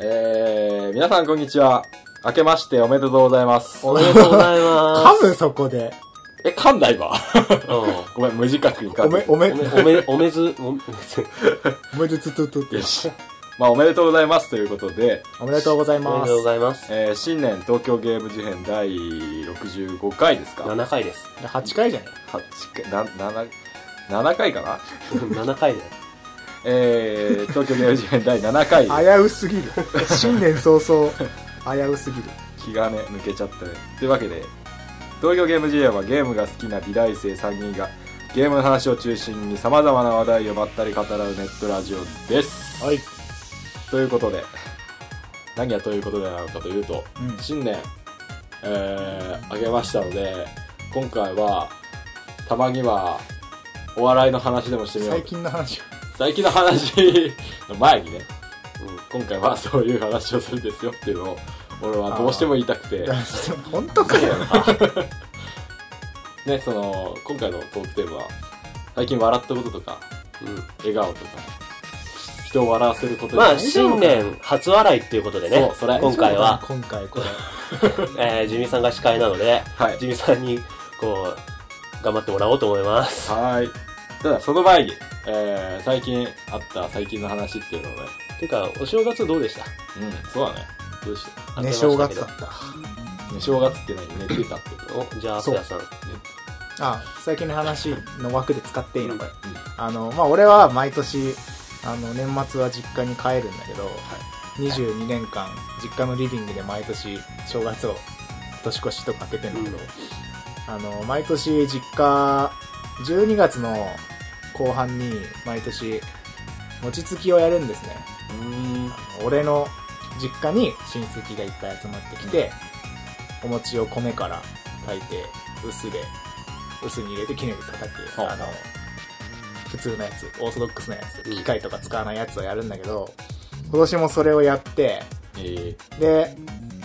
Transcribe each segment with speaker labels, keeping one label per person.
Speaker 1: えー、皆さんこんにちは。明けましておめでとうございます。
Speaker 2: おめでとうございま
Speaker 3: 噛むそこで。
Speaker 1: え、噛んだ今。
Speaker 2: す。うん
Speaker 1: ごめん、無自覚に噛
Speaker 3: お
Speaker 1: んだ
Speaker 3: め、。おめ、
Speaker 2: おめ、おめ、おめず、おめず、
Speaker 3: おめでとうとうとうと
Speaker 1: よし。まあ、おめでとうございますということで、
Speaker 3: おめでとうござい
Speaker 2: おめ
Speaker 3: ま
Speaker 2: ですとう。ございます。
Speaker 1: えー、新年東京ゲーム事変第65回ですか
Speaker 2: 7回です。
Speaker 3: 8回じゃない
Speaker 1: ?8 回、な、7、7回かな
Speaker 2: 7回だよ。
Speaker 1: えー、東京ゲーム事変第7回。
Speaker 3: 危うすぎる。新年早々、危うすぎる。
Speaker 1: 気がね抜けちゃったねというわけで東京ゲーム事変はゲームが好きな美大生3人がゲームの話を中心にさまざまな話題をまったり語らうネットラジオです、
Speaker 3: はい。
Speaker 1: ということで何がということでなのかというと
Speaker 3: うん。
Speaker 1: 新年えー、あげましたので今回はたまにはお笑いの話でもしてみよう
Speaker 3: 最近の話 を。
Speaker 1: 最近の話 の前にね
Speaker 2: うん。
Speaker 1: 今回はそういう話をするんですよっていうのを俺はどうしても言いたく て
Speaker 3: 本当かよ。
Speaker 1: ね、その、今回のトークテーマは、最近笑ったこととか、
Speaker 2: うん
Speaker 1: 笑顔とか、人を笑わせることで
Speaker 2: まあ、
Speaker 1: 大丈夫
Speaker 2: 新年初笑いっていうことでね、
Speaker 1: そうそれ
Speaker 2: 今回は、
Speaker 3: 今回 これ。
Speaker 2: えー、ジミーさんが司会なので、
Speaker 1: はい。
Speaker 2: ジミーさんに、こう、頑張ってもらおうと思います。
Speaker 1: はい。ただ、その前に、えー、最近あった最近の話っていうのをね、
Speaker 2: てか、お正月どうでした
Speaker 1: うん、そうだね。どうして
Speaker 3: ね、正月だ
Speaker 2: だ。
Speaker 3: っ
Speaker 1: 寝正月って何寝てたってこと
Speaker 2: お、じゃあ、せやさん。
Speaker 3: た。あ、最近の話の枠で使っていいのこれ
Speaker 1: うん。
Speaker 3: あの、まあ、俺は毎年、あの、年末は実家に帰るんだけど、22年間、実家のリビングで毎年、正月を、年越しとかけてんだけど、あの、毎年実家、12月の後半に、毎年、餅つきをやるんですね。
Speaker 1: うん。
Speaker 3: 俺の実家に親戚がいっぱい集まってきて、お餅を米から炊いて、薄で、薄に入れて絹で叩く、
Speaker 1: はい
Speaker 3: あの、普通のやつ、オーソドックスなやつ、
Speaker 2: うん
Speaker 3: 機械とか使わないやつをやるんだけど、今年もそれをやって、
Speaker 1: えー、
Speaker 3: で、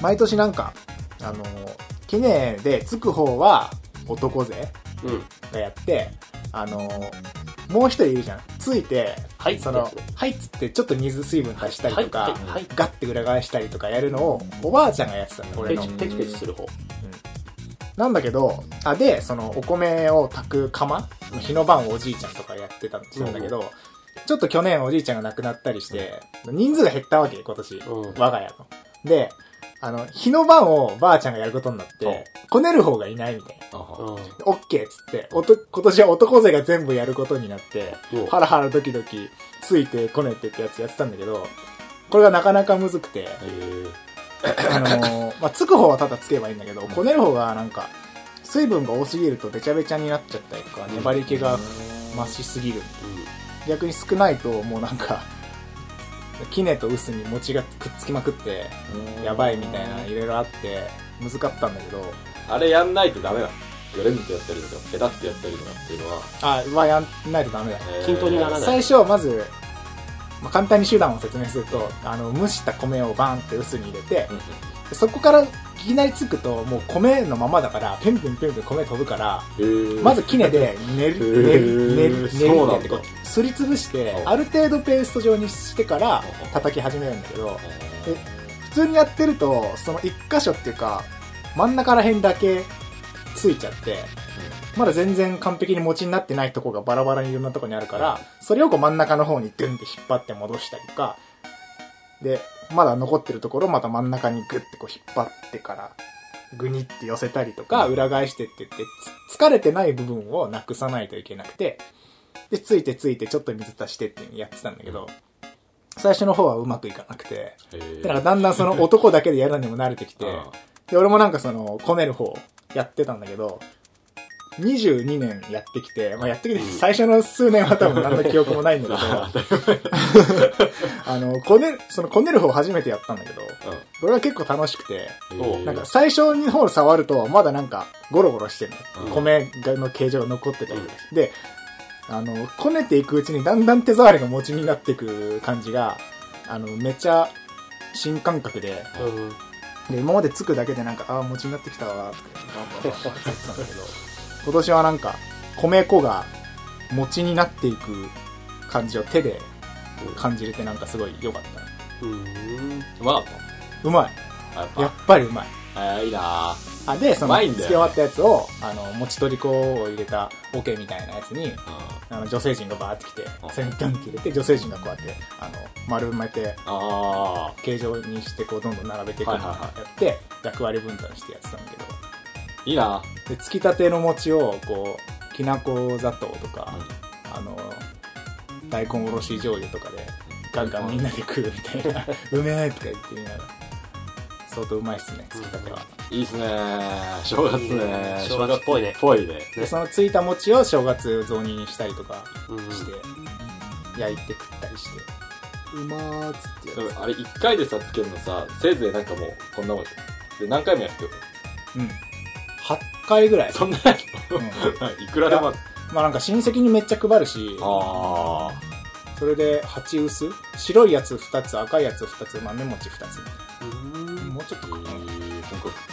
Speaker 3: 毎年なんか、あの、記念でつく方は男勢
Speaker 2: うん。
Speaker 3: がやって、あの、もう一人いるじゃん。ついて、
Speaker 2: はい
Speaker 3: そ
Speaker 2: で
Speaker 3: の
Speaker 2: すね、
Speaker 3: はいっつってちょっと水、水分足したりとか、
Speaker 2: はい、はい。
Speaker 3: ガッて裏返したりとかやるのをおばあちゃんがやってたの
Speaker 2: はい
Speaker 3: 俺
Speaker 2: ペ
Speaker 3: の
Speaker 2: チペチペチする方。
Speaker 3: なんだけどあでそのお米を炊く釜日の晩おじいちゃんとかやってたんだけど、ちょっと去年おじいちゃんが亡くなったりして、人数が減ったわけ今年、
Speaker 2: うん
Speaker 3: 我が家のであの日の晩をばあちゃんがやることになっ
Speaker 1: うん
Speaker 3: てこねる方がいないみたいな
Speaker 1: あは
Speaker 2: うん。
Speaker 3: オッケーっつっておと今年は男勢が全部やることになって
Speaker 2: もう
Speaker 3: ハラハラドキドキついてこねてってやつやってたんだけどこれがなかなかむずくて、
Speaker 1: えー、
Speaker 3: あのーまあ、つく方はただつけばいいんだけど、こねる方がなんか、水分が多すぎるとべちゃべちゃになっちゃったりとか、粘り気が増しすぎる。逆に少ないともうなんか、キネと薄に餅がくっつきまくって、
Speaker 1: うん
Speaker 3: やばいみたいな、いろいろあって、難かったんだけど、
Speaker 1: あれやんないとダメだ。ぐるんってやったりとか、ペタってやったりとかっていうのは、
Speaker 3: あ、はやんないとダメだね。
Speaker 1: えー
Speaker 2: 均等にならない
Speaker 3: 最初はまず、まあ、簡単に手段を説明すると、あの、蒸した米をバンって薄に入れて、
Speaker 1: うんうん
Speaker 3: そこからいきなりつくと、もう米のままだから、ペンペンペンペン米飛ぶから、
Speaker 1: えー
Speaker 3: まず杵で練る、練る、練る、練
Speaker 1: そう
Speaker 3: る
Speaker 1: な
Speaker 3: っ
Speaker 1: ん
Speaker 3: て
Speaker 1: だ
Speaker 3: こう、すりつぶして
Speaker 1: う、ん
Speaker 3: ある程度ペースト状にしてから
Speaker 1: うん
Speaker 3: 叩き始めるんだけど、普通にやってると、その一箇所っていうか、真ん中ら辺だけついちゃって、まだ全然完璧に餅になってないとこがバラバラにいろんなとこにあるから、それをこう真ん中の方にドゥンって引っ張って戻したりとか、で、まだ残ってるところをまた真ん中にグッてこう引っ張ってから、グニって寄せたりとか、裏返してって言って、つ疲れてない部分をなくさないといけなくて、で、ついてついてちょっと水足してってやってたんだけど、最初の方はうまくいかなくて、
Speaker 1: えー
Speaker 3: でなんかだんだんその男だけでやるのにも慣れてきて、で、俺もなんかその、こねる方やってたんだけど、22年やってきて、まあやってきて、最初の数年は多分何の記憶もないんだけど、 あの、こね、そのこねる方初めてやったんだけど、これは結構楽しくて、
Speaker 1: うん
Speaker 2: おう
Speaker 3: なんか最初の方触ると、まだなんかゴロゴロしてるの。
Speaker 1: うん
Speaker 3: 米の形状が残ってたりとかしてで、あの、こねていくうちにだんだん手触りが餅になっていく感じが、あの、めっちゃ新感覚で、
Speaker 2: うん。
Speaker 3: で今までつくだけでなんかああ餅になってきたわーってバンバンバンバンってやってたんだ けど今年はなんか米粉が餅になっていく感じを手で感じれてなんかすごい良かった
Speaker 2: うーん。
Speaker 1: うまかっ
Speaker 3: うまい。
Speaker 1: たあやっぱ
Speaker 3: やっぱりうまい。
Speaker 1: あいいな
Speaker 3: あ、で、そうの、
Speaker 1: まいんだよ
Speaker 3: 付け終わったやつを、あの、餅取り粉を入れたオケみたいなやつに、
Speaker 1: あ
Speaker 3: あの、女性陣がバーって来て
Speaker 1: うん、
Speaker 3: それにドンって入れて、女性陣がこうやって、あの、丸めて、
Speaker 1: あ
Speaker 3: 形状にして、こう、どんどん並べていくのを
Speaker 1: はいはいは
Speaker 3: やって、役割分担してやってたんだけど、
Speaker 1: ーいいな
Speaker 3: で、つきたての餅を、こう、きなこ砂糖とか、あの、大根おろし醤油とかで、ガンガンみんなで食う みたいな、うめえとか言ってみながら、相当うまいっすね、つきたては。
Speaker 1: いいっすね正月
Speaker 2: いい
Speaker 1: ね
Speaker 2: ね正月っぽいね
Speaker 1: ぽいね
Speaker 3: で、そのついた餅を正月雑煮にしたりとか、
Speaker 2: うん。
Speaker 3: して、焼いて食ったりしてうまーっつって
Speaker 1: で
Speaker 3: や
Speaker 1: もあれ一回でさつけるのさせいぜいなんかもうこんなもんじゃんで何回もやってよ
Speaker 3: つうん8回ぐらい、
Speaker 1: そんなやつ
Speaker 3: うん、
Speaker 1: いくらでもある
Speaker 3: まあなんか親戚にめっちゃ配るし
Speaker 1: ああ
Speaker 3: それで8薄白いやつ2つ赤いやつ2つ豆餅2つ
Speaker 2: うーん
Speaker 3: もうちょっとかな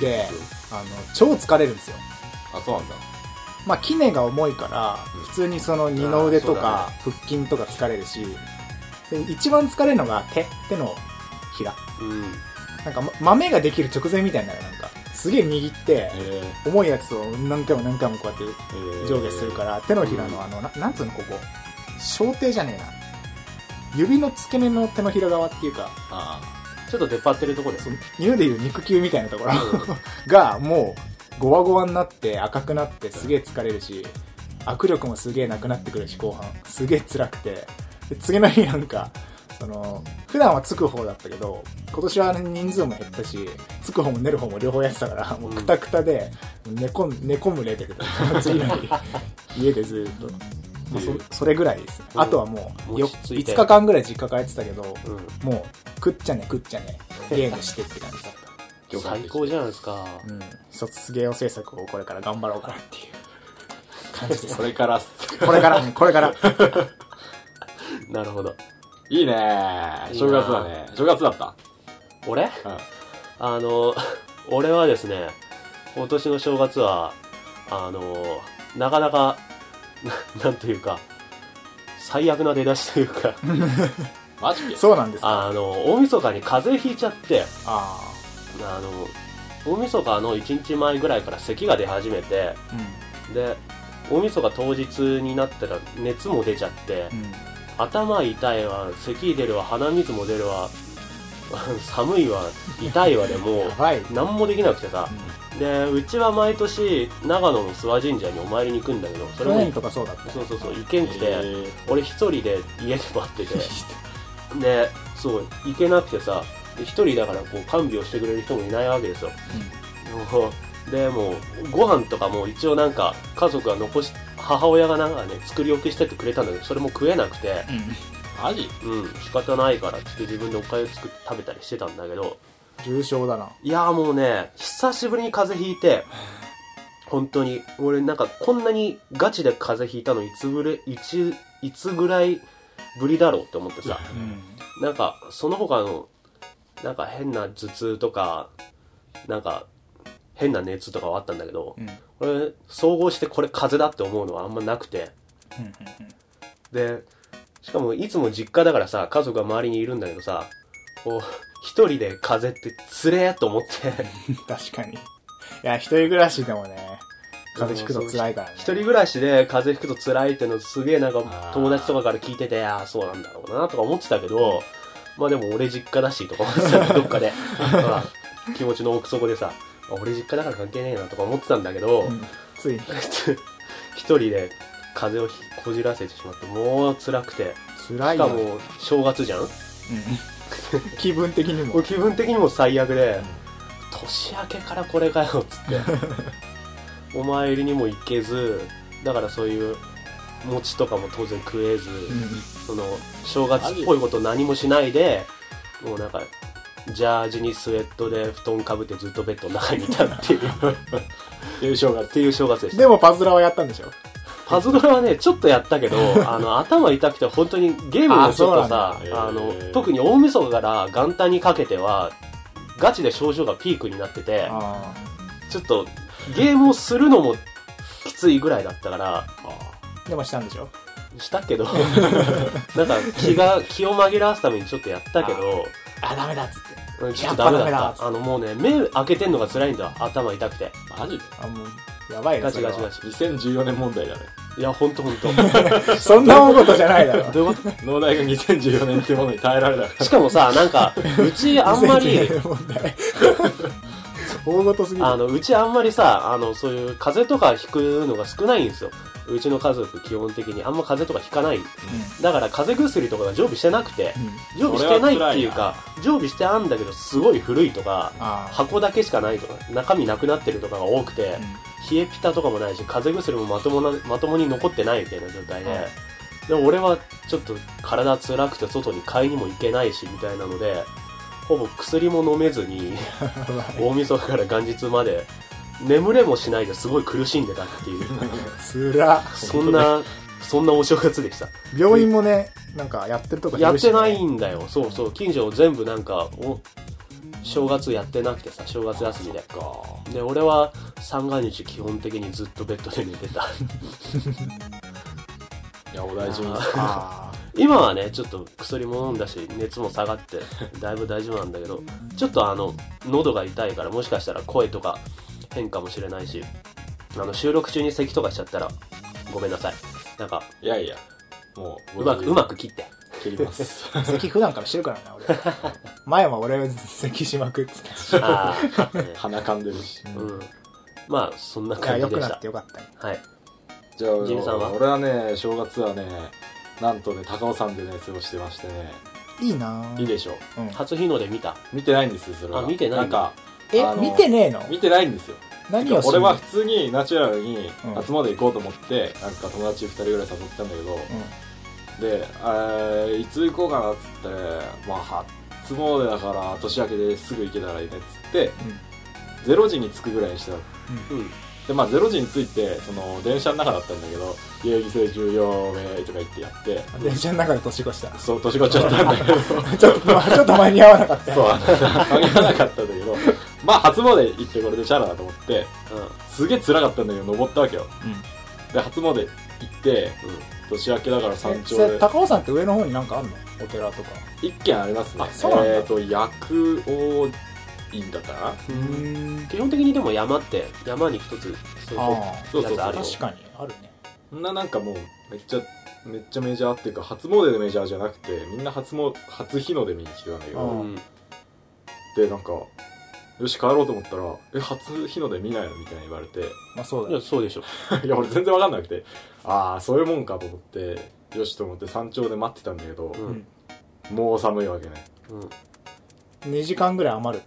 Speaker 1: で
Speaker 3: であの超疲れるんですよ
Speaker 1: あそうなんだ
Speaker 3: まあキネが重いから
Speaker 1: うん
Speaker 3: 普通にその二の腕と
Speaker 2: あ
Speaker 3: か腹筋とか疲れるしで一番疲れるのが手手のひら
Speaker 2: うん。
Speaker 3: なんかま豆ができる直前みたいなのよなんかすげえ握って
Speaker 1: え
Speaker 3: 重いやつを何回も何回もこうやって
Speaker 1: えー
Speaker 3: 上下するから、手のひらのあの、ななんつうのここ小手じゃねえな指の付け根の手のひら側っていうか
Speaker 1: あ
Speaker 2: ちょっと出っ張ってるとこです
Speaker 3: そ。の犬でいう肉球みたいなところ がもうゴワゴワになって赤くなってすげえ疲れるし握力もすげえなくなってくるし後半すげえ辛くてで次の日なんかその普段はつく方だったけど今年は人数も減ったしつく方も寝る方も両方やってたからもうクタクタで寝込む寝込むレベルで 次の日家でずーっと、まあ
Speaker 1: うん
Speaker 3: そそれぐらいですね
Speaker 2: うん
Speaker 3: あとはもうよ
Speaker 2: 落ち着いて
Speaker 3: 5日間ぐらい実家帰ってたけど
Speaker 2: うん。
Speaker 3: もう食っちゃね食っちゃねゲームしてって感じだった
Speaker 1: 魚介
Speaker 2: 最高じゃないですか。
Speaker 3: うん、卒業制作をこれから頑張ろうかなっていう感じで
Speaker 1: あ
Speaker 3: す
Speaker 1: これからっす
Speaker 3: これからこれから
Speaker 2: なるほど。
Speaker 1: いいねー正月だね正月だった
Speaker 2: 俺
Speaker 1: うん
Speaker 2: あの、俺はですね、今年の正月は、あの、なかなか、 ななんというか、最悪な出だしというか、
Speaker 1: マジで
Speaker 3: そうなんですか
Speaker 2: あの、大晦日に風邪ひいちゃって、
Speaker 3: あ
Speaker 2: あの、大晦日の1日前ぐらいから咳が出始めて、
Speaker 3: あう
Speaker 2: で、大晦日当日になったら熱も出ちゃって、
Speaker 3: んうん
Speaker 2: 頭痛いわ、咳出るわ、鼻水も出るわ、 寒いわ、痛いわでも
Speaker 3: やばい、う
Speaker 2: う、なんもできなくてさ、
Speaker 3: ん
Speaker 2: でうちは毎年長野の諏訪神社にお参りに行くんだけどそれ
Speaker 3: 去
Speaker 2: も
Speaker 3: 年とかそうだった
Speaker 2: そうそうそう行けんくて、
Speaker 1: えー
Speaker 2: 俺一人で家で待っててでそう行けなくてさで一人だからこう看病してくれる人もいないわけですよもう でもうご飯とかも一応なんか家族が残し母親がなんかね作り置きしてってくれたんだけどそれも食えなくて
Speaker 3: うん、うん、
Speaker 1: マジ
Speaker 2: うん仕方ないからって言って自分でおかゆ作って食べたりしてたんだけど
Speaker 3: 重症だない
Speaker 2: やーもうね、久しぶりに風邪ひいて、本当に、俺なんかこんなにガチで風邪ひいたのいつぶれ、いつ、いつぐらいぶりだろうって思ってさ、
Speaker 3: うん
Speaker 2: なんかその他の、なんか変な頭痛とか、なんか変な熱とかはあったんだけど
Speaker 3: う、んうん
Speaker 2: 俺総合してこれ風邪だって思うのはあんまなくて、
Speaker 3: うん
Speaker 2: で、しかもいつも実家だからさ、家族が周りにいるんだけどさ、こう、一人で風邪ってつれーと思って、
Speaker 3: うん確かにいや一人暮らしでもね風邪ひくと辛いからね
Speaker 2: 一人暮らしで風邪ひくと辛いってのすげえなん
Speaker 1: あ
Speaker 2: か
Speaker 1: ー
Speaker 2: 友達とかから聞いてて、ああ、そうなんだろうなとか思ってたけど、まあでも俺実家だしとか思ってたけど、ど っかで、まあ気持ちの奥底でさ、あ俺実家だから関係ねえなとか思ってたんだけど、
Speaker 3: うん、ついに
Speaker 2: 一人で風邪をひこじらせてしまって、もう辛くて、
Speaker 3: 辛
Speaker 2: し
Speaker 3: い
Speaker 2: か
Speaker 3: よ、
Speaker 2: も正月じゃん
Speaker 3: うん、気分的にも
Speaker 2: もう気分的にも最悪で、年明けからこれかよっつってお参りにも行けずだからそういう餅とかも当然食えず、
Speaker 3: う
Speaker 2: その正月っぽいこと何もしないでもうなんかジャージにスウェットで布団かぶってずっとベッドの中にいたっていう
Speaker 1: 優勝が
Speaker 2: っていう正月で
Speaker 3: ん、
Speaker 2: した
Speaker 3: でもパズドラはやったんでしょ
Speaker 2: パズドラはねちょっとやったけどあの頭痛くて本当にゲームもちょっとさ
Speaker 1: あそうなんだ
Speaker 2: あ
Speaker 1: へ
Speaker 2: の
Speaker 1: ー
Speaker 2: 特に大晦日から元旦にかけてはガチで症状がピークになってて
Speaker 3: あ
Speaker 2: ちょっとゲームをするのもきついぐらいだったから、
Speaker 3: あでもしたんでしょ
Speaker 2: したけど、なんか気が、気を紛らわすためにちょっとやったけど、
Speaker 3: あ、ダメだっつって。
Speaker 2: うんちょ
Speaker 3: や
Speaker 2: っ
Speaker 3: っ
Speaker 2: と
Speaker 3: ぱ
Speaker 2: ダメ
Speaker 3: ダメ
Speaker 2: だ
Speaker 3: だ
Speaker 2: った。あの、もうね、目開けてんのが辛いんだ。頭痛くて。
Speaker 1: マジで
Speaker 3: あ、もう、やばいな、
Speaker 2: ガチ
Speaker 3: それ
Speaker 2: ガ
Speaker 3: は
Speaker 2: チガチ。
Speaker 1: 2014年問題だね
Speaker 2: いや、ほんとほんと。
Speaker 3: そんな大事じゃないだろ。
Speaker 2: どういうこ
Speaker 1: 農大が2014年ってものに耐えられなかっ
Speaker 2: としかもさ、なんか、うち あん まり、
Speaker 3: 2010問題大事すぎる。
Speaker 2: あの、うちあんまりさ、あの、そういう風邪とかひくのが少ないんですよ。うちの家族、基本的にあんま風邪とかひかない。だから、風邪薬とかが常備してなくて、
Speaker 3: うん
Speaker 2: 常備してない
Speaker 1: それは辛いな
Speaker 2: っていうか、常備してあんだけど、すごい古いとか、
Speaker 3: あー
Speaker 2: 箱だけしかないとか、中身なくなってるとかが多くて、冷えピタとかもないし、風邪薬もまともな、まともに残ってないみたいな状態で、でも俺はちょっと体辛くて外に買いにも行けないし、みたいなので、ほぼ薬も飲めずに、大晦日から元日まで、眠れもしないですごい苦しんでたって いう、
Speaker 3: つら。
Speaker 2: そんな、そんなお正月でした。
Speaker 3: 病院もね、なんかやってるとか
Speaker 2: やってないんだよ、そうそう、近所全部なんか、お正月やってなくてさ、正月休みで。
Speaker 1: たか
Speaker 2: で俺は三が日基本的にずっとベッドで寝てた
Speaker 1: いやお大丈夫です
Speaker 3: あ
Speaker 2: 今はねちょっと薬も飲んだし熱も下がってだいぶ大丈夫なんだけどちょっとあの喉が痛いからもしかしたら声とか変かもしれないしあの収録中に咳とかしちゃったらごめんなさいなんか
Speaker 1: いやいやもう
Speaker 2: うまくうまく切って
Speaker 1: 切ります
Speaker 3: あ。咳普段からしてるからね、俺。前は俺、咳しまくってたし。
Speaker 2: ああ、あったね
Speaker 1: 鼻噛んでるし
Speaker 2: うん、まあそんない
Speaker 3: や、
Speaker 2: 感じ
Speaker 3: 良く
Speaker 2: でし
Speaker 3: なったてよかったね。
Speaker 2: はい
Speaker 1: じゃあ
Speaker 2: ジミーさんは
Speaker 1: 俺はね正月はねなんとね高尾山でね過ごしてましてね
Speaker 3: いいなぁ
Speaker 1: いいでしょう
Speaker 3: うん
Speaker 2: 初日の出見た
Speaker 1: 見てないんですよそれは
Speaker 2: あ見てない
Speaker 1: なんか
Speaker 3: え
Speaker 1: あ、の
Speaker 3: 見てねえの
Speaker 1: 見てないんですよ
Speaker 3: 何をす
Speaker 1: 俺
Speaker 3: るの
Speaker 1: は普通にナチュラルに
Speaker 3: うん
Speaker 1: 初詣行こうと思って、なんか友達2人ぐらい誘ったんだけど、
Speaker 3: うん
Speaker 1: で、えー、いつ行こうかなっつってまあ初詣だから年明けですぐ行けたらいいねっつって0時に着くぐらいにしたの
Speaker 2: うん
Speaker 1: でまあ0時に着いてその電車の中だったんだけど「家義成重要め」とか言ってやって
Speaker 3: うん電車の中で年越した。
Speaker 1: そう年越っちゃったんだ けど
Speaker 3: ちょっと、まあちょっと間に合わなかったよ。
Speaker 1: そうあの間に合わなかったんだけどまあ初詣行ってこれでチャラだと思ってすげえ辛かったんだけど登ったわけよで初詣行って
Speaker 2: うんうん
Speaker 1: 年明けだから
Speaker 3: え
Speaker 1: 山頂
Speaker 3: それ
Speaker 1: で
Speaker 3: 高尾山って上の方になんかあんのお寺とか。
Speaker 1: 一軒ありますね
Speaker 3: あそうなんだ
Speaker 1: えっ、と薬王院だったかな
Speaker 3: うん。
Speaker 2: 基本的にでも山って山に一つそういう
Speaker 3: あ
Speaker 1: そうそうそう
Speaker 2: やつあ
Speaker 3: あ、
Speaker 2: るよ
Speaker 3: 確かにあるね。
Speaker 1: そんななんかもうめっちゃめっちゃメジャーっていうか初詣でメジャーじゃなくてみんな初も初日の出見に来てたんだけ
Speaker 3: う
Speaker 1: ど
Speaker 2: うん
Speaker 1: でなんかよし帰ろうと思ったら「え初日の出見ないの?」みたいな言われて
Speaker 3: まあそうだ
Speaker 2: い
Speaker 3: よ
Speaker 2: やそうでしょ
Speaker 1: いや俺全然わかんなくてああそういうもんかと思ってよしと思って山頂で待ってたんだけど、
Speaker 2: うん
Speaker 1: もう寒いわけね
Speaker 2: うん
Speaker 3: 2時間ぐらい余る。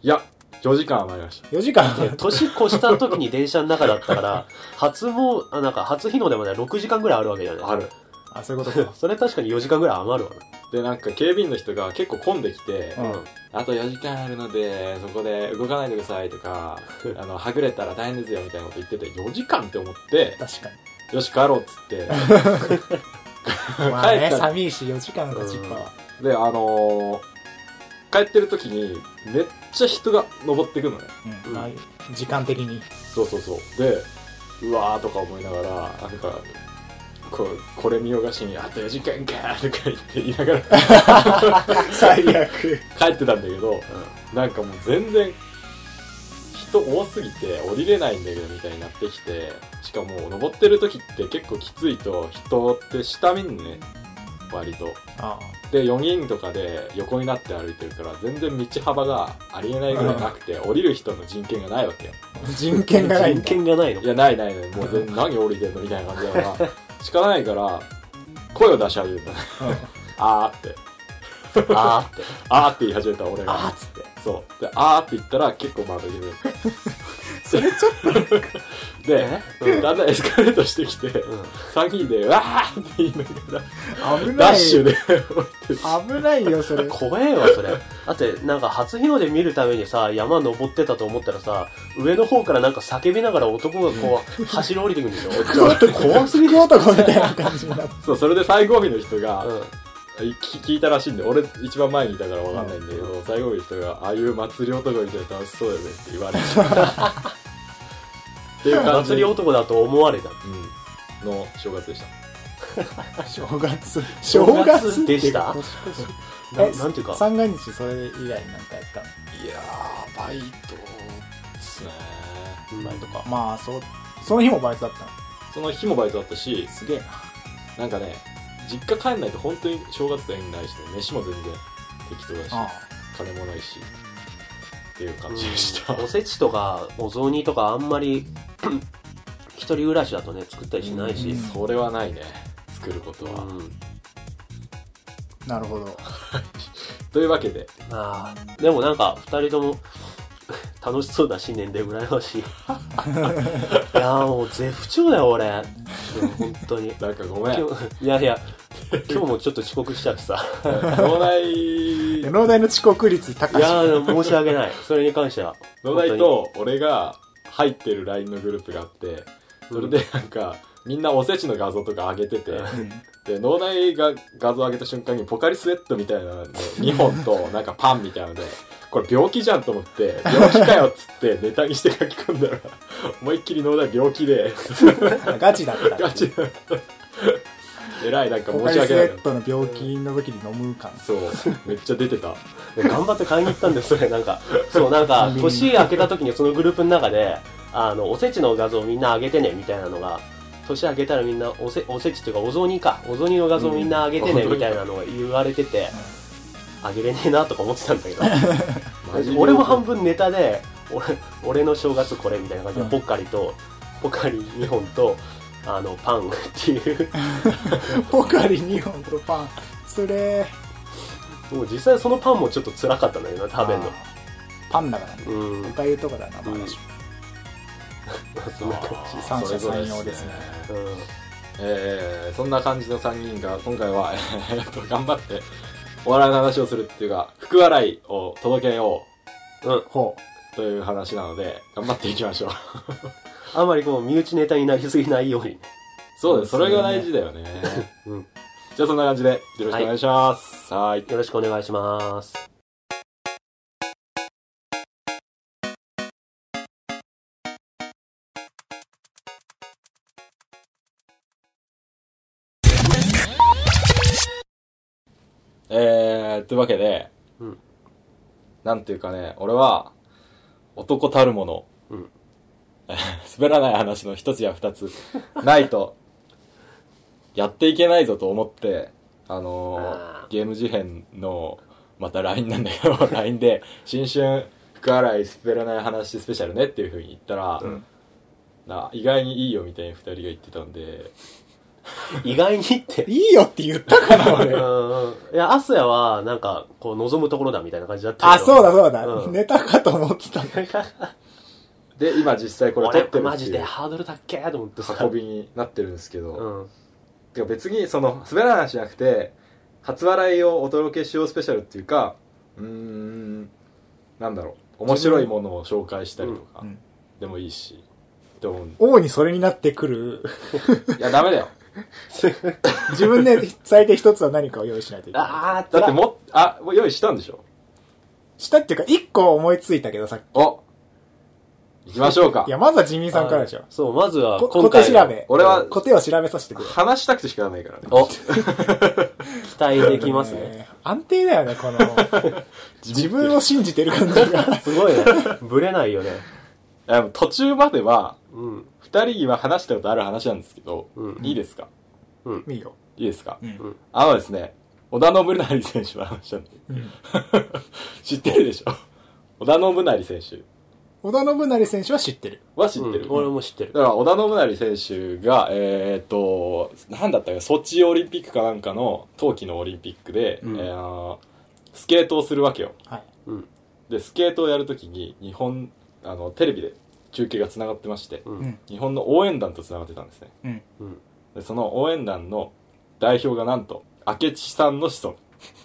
Speaker 1: いや4時間余りました
Speaker 3: 4時間
Speaker 2: で年越した時に電車の中だったから、初も、あ、なんか初日の出まで6時間ぐらいあるわけじゃない
Speaker 1: ある
Speaker 3: あ、そういうことか。
Speaker 2: それ確かに4時間ぐらい余るわ
Speaker 1: でなんか警備員の人が結構混んできて、
Speaker 3: うん
Speaker 2: な。
Speaker 1: あと4時間あるので、そこで動かないでくださいとか、あの、はぐれたら大変ですよみたいなこと言ってて、4時間って思って、
Speaker 3: 確かに。
Speaker 1: よし帰ろうっつって、
Speaker 3: まあ
Speaker 1: 帰
Speaker 3: ね、
Speaker 1: った
Speaker 3: 寂いし4時間の立場は。
Speaker 1: で、あのー帰ってる時に、めっちゃ人が登ってくのね。
Speaker 3: う。
Speaker 2: うんん
Speaker 3: まあ時間的に。
Speaker 1: そうそうそう。で、うわーとか思いながら、なんか、ここれ見よがしに、あと4時間かーとか言って言いながら
Speaker 3: 最悪。
Speaker 1: 帰ってたんだけど、なんかもう全然、人多すぎて降りれないんだけどみたいになってきて、しかも登ってる時って結構きついと人って下見んね、割と。
Speaker 3: あ
Speaker 1: で、4人とかで横になって歩いてるから、全然道幅がありえないぐらいなくて、降りる人の人権がないわけよ。
Speaker 3: あ人権がないん
Speaker 2: 人
Speaker 3: だ。
Speaker 2: 権がないの
Speaker 1: い。や、ないないない、もう全然何降りてんのみたいな感じだから、仕方ないから、声を出し始めた。
Speaker 3: うん
Speaker 1: あーって、
Speaker 2: あーって。
Speaker 1: あーって言い始めた俺が。
Speaker 2: あーっつって。
Speaker 1: そう。で、あーって言ったら結構まだ言う。
Speaker 3: それちょ っ
Speaker 1: で、
Speaker 2: うん
Speaker 1: だんだんエスカレートしてきて、
Speaker 2: うん
Speaker 1: 3人で、わーって言いながら、
Speaker 3: と危ない。
Speaker 1: ダッシュで降りて、
Speaker 3: 危ないよ、それ。
Speaker 2: 怖えわ、それ。だって、なんか初日の出見るためにさ、山登ってたと思ったらさ、上の方からなんか叫びながら男がこう、走り降りてくるんでしょちょっと怖すぎる
Speaker 3: 男男みたいな感じになって。
Speaker 1: そう、それで最後尾の人が、
Speaker 2: うん。
Speaker 1: き聞いたらしいんで、俺一番前にいたからわかんないんだけど、最後尾の人が、ああいう祭り男みたいな楽しそうだよねって言われて。っていう感じ
Speaker 2: 祭り男だと思われた。
Speaker 1: うんの正月でした。
Speaker 3: 正月
Speaker 2: 正
Speaker 3: 正
Speaker 2: 月
Speaker 3: 月っていうか
Speaker 2: でした
Speaker 3: 年越し
Speaker 2: な
Speaker 3: え
Speaker 2: なんていうか
Speaker 3: 三が日それ以来なんかやった
Speaker 1: いやーバイトですね
Speaker 2: 前とか
Speaker 3: のまあそうその日もバイトだったの
Speaker 1: その日もバイトだったし
Speaker 3: すげえな
Speaker 1: なんかね実家帰んないと本当に正月と縁ないしね飯も全然適当だし
Speaker 3: あ
Speaker 1: 金もないしっていう感じでした、
Speaker 2: うんおせちとかお雑煮とかあんまり 一人暮らしだとね作ったりしないし
Speaker 3: うん
Speaker 1: それはないね作ることは、
Speaker 2: うん
Speaker 3: あなるほど
Speaker 1: というわけで
Speaker 2: あーでもなんか二人とも 楽しそうだ新年で羨まし いいやーもう絶不調だよ俺でも本当に
Speaker 1: なんかごめん
Speaker 2: 今日いや いや今日もちょっと遅刻しちゃってさ
Speaker 1: 脳内
Speaker 3: 農大の遅刻率高
Speaker 2: い
Speaker 3: い
Speaker 2: やー申し訳ないそれに関しては
Speaker 1: 野田井と俺が入ってる LINE のグループがあってそれでなんかみんなおせちの画像とか上げててで農大が画像上げた瞬間にポカリスエットみたいなの2本 となんかパンみたいのでこれ病気じゃんと思って病気かよっつってネタにして書き込んだら 思いっきり農大病気で
Speaker 3: ガチだった
Speaker 1: ガチだえらいなんか
Speaker 3: ポ
Speaker 1: 申
Speaker 3: カ
Speaker 1: し
Speaker 3: リス
Speaker 1: 訳
Speaker 3: エ
Speaker 1: ない
Speaker 3: ットの病気の時に飲む感
Speaker 1: そうめっちゃ出てた
Speaker 2: で頑張って買いに行ったん ですよそれなんかそうなんか年明けた時にそのグループの中であのおせちの画像みんな上げてねみたいなのが年明けたらみんなおせおせちっていうかお雑煮かお雑煮の画像みんな上げてね
Speaker 1: うん
Speaker 2: みたいなのが言われててあげれねえなとか思ってたんだけど
Speaker 1: マジで
Speaker 2: 俺も半分ネタで俺俺の正月これみたいな感じで
Speaker 3: うん
Speaker 2: ポッカリとポッカリ2本とあのパンっていう
Speaker 3: ポカリ2本とパンそれ
Speaker 2: もう実際そのパンもちょっと辛かったんだけどな食べん
Speaker 3: あーパンだからね
Speaker 2: のうん
Speaker 3: おかゆとかだなまあ
Speaker 2: うん
Speaker 3: 私
Speaker 2: そんな感じ
Speaker 3: 三者三様ですね
Speaker 2: うん
Speaker 1: えーそんな感じの3人が今回は、 えーっと頑張ってお笑いの話をするっていうか福笑いを届けよ
Speaker 2: うん
Speaker 3: ほ
Speaker 1: うという話なので頑張っていきましょ う
Speaker 2: あまりこう、身内ネタになりすぎないように。
Speaker 1: そうですそれが大事だよね
Speaker 2: うん
Speaker 1: じゃあそんな感じでよろしくお願いしますはーい
Speaker 2: よろしくお願いします。
Speaker 1: えー、というわけで、
Speaker 2: うん
Speaker 1: なんていうかね俺は男たるもの、
Speaker 2: うん
Speaker 1: えー 滑らない話の一つや二つないとやっていけないぞと思ってあのー
Speaker 2: あー
Speaker 1: ゲーム事変のまた LINE なんだけど LINE で「新春福洗い滑らない話スペシャルね」っていうふうに言ったら、
Speaker 3: ん
Speaker 1: な意外にいいよみたいに二人が言ってたんで
Speaker 2: 意外にって
Speaker 3: う。いいよって言ったかな
Speaker 2: う
Speaker 3: 俺
Speaker 2: ん。いや、アスヤは、なんか、こう、望むところだみたいな感じだった
Speaker 3: あ
Speaker 2: けど
Speaker 3: そうだそうだ、
Speaker 2: うん
Speaker 3: ネタかと思ってた
Speaker 1: で今実際これ撮
Speaker 2: 俺
Speaker 1: っ
Speaker 2: って
Speaker 1: てる
Speaker 2: マ
Speaker 1: って
Speaker 2: ジ
Speaker 1: い
Speaker 2: で
Speaker 1: う
Speaker 2: ハードルだっけと思ってさ。
Speaker 1: 運びになってるんですけど、
Speaker 2: うん。
Speaker 1: てか別にその滑らない話じゃなくて初笑いをお届けしようスペシャルっていうかうーんなんだろう面白いものを紹介したりとか
Speaker 3: うんうん
Speaker 1: でもいいし、って思う
Speaker 3: 王にそれになってくる
Speaker 1: いやダ メだよ
Speaker 3: 自分で最低一つは何かを用意しないといけない
Speaker 2: あー、
Speaker 1: だ
Speaker 2: だ
Speaker 1: っ
Speaker 2: ってても
Speaker 1: もあもう用意したんでしょ
Speaker 3: したっていうか一個思いついたけどさっき
Speaker 1: お行きましょうか
Speaker 3: いやまずはジミー
Speaker 2: う
Speaker 3: さんからでしょ
Speaker 2: そう、まずは、
Speaker 3: こ
Speaker 2: 今
Speaker 3: 小
Speaker 2: 回
Speaker 3: 手
Speaker 2: の。
Speaker 3: 調べ
Speaker 1: 俺は
Speaker 3: 小手を調べさせてくれ
Speaker 1: 話したくてしかないからね
Speaker 2: お期待できます ね。
Speaker 3: えー安定だよねこの自分を信じてる感じが
Speaker 2: すごいね。ぶれないよね。
Speaker 1: いやもう途中までは
Speaker 2: うん。
Speaker 1: 2人には話したことある話なんですけど、
Speaker 2: うん
Speaker 1: いいですか
Speaker 3: いいよ
Speaker 1: いいですか、
Speaker 3: ん
Speaker 1: あのですね織田信成選手の話なんで、 知ってるでしょ織田信成選手
Speaker 3: 織田信成選手は知ってる
Speaker 1: は知ってる、
Speaker 2: うん俺も知ってる。
Speaker 1: だから織田信成選手がえーっとなんだったかなソチオリンピックかなんかの冬季のオリンピックで、
Speaker 2: うん
Speaker 1: えースケートをするわけよ
Speaker 3: はい
Speaker 2: うん。
Speaker 1: でスケートをやるときに日本あのテレビで中継がつながってまして、
Speaker 2: う。
Speaker 3: うんん
Speaker 1: 日本の応援団とつながってたんですね
Speaker 3: うん
Speaker 2: うん。
Speaker 1: でその応援団の代表がなんと明智さんの子孫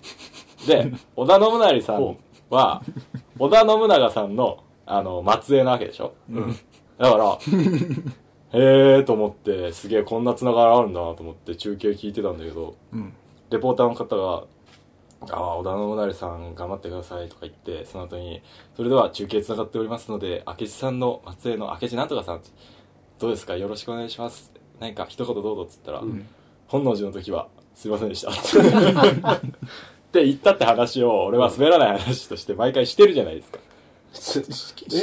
Speaker 1: で織田信成さんは織田信長さんのあの末裔なわけでしょ、
Speaker 2: ん
Speaker 1: だ からへえと思ってすげえこんなつながりあるんだなと思って中継聞いてたんだけど
Speaker 3: うん
Speaker 1: レポーターの方が「ああ織田信成さん頑張ってください」とか言ってその後に「それでは中継つながっておりますので明智さんの末裔の明智なんとかさんどうですかよろしくお願いします」何か一言どうぞっつったら、
Speaker 2: うん
Speaker 1: 本能寺の時は、すいませんでした。 って言ったって話を、俺は滑らない話として毎回してるじゃないですか。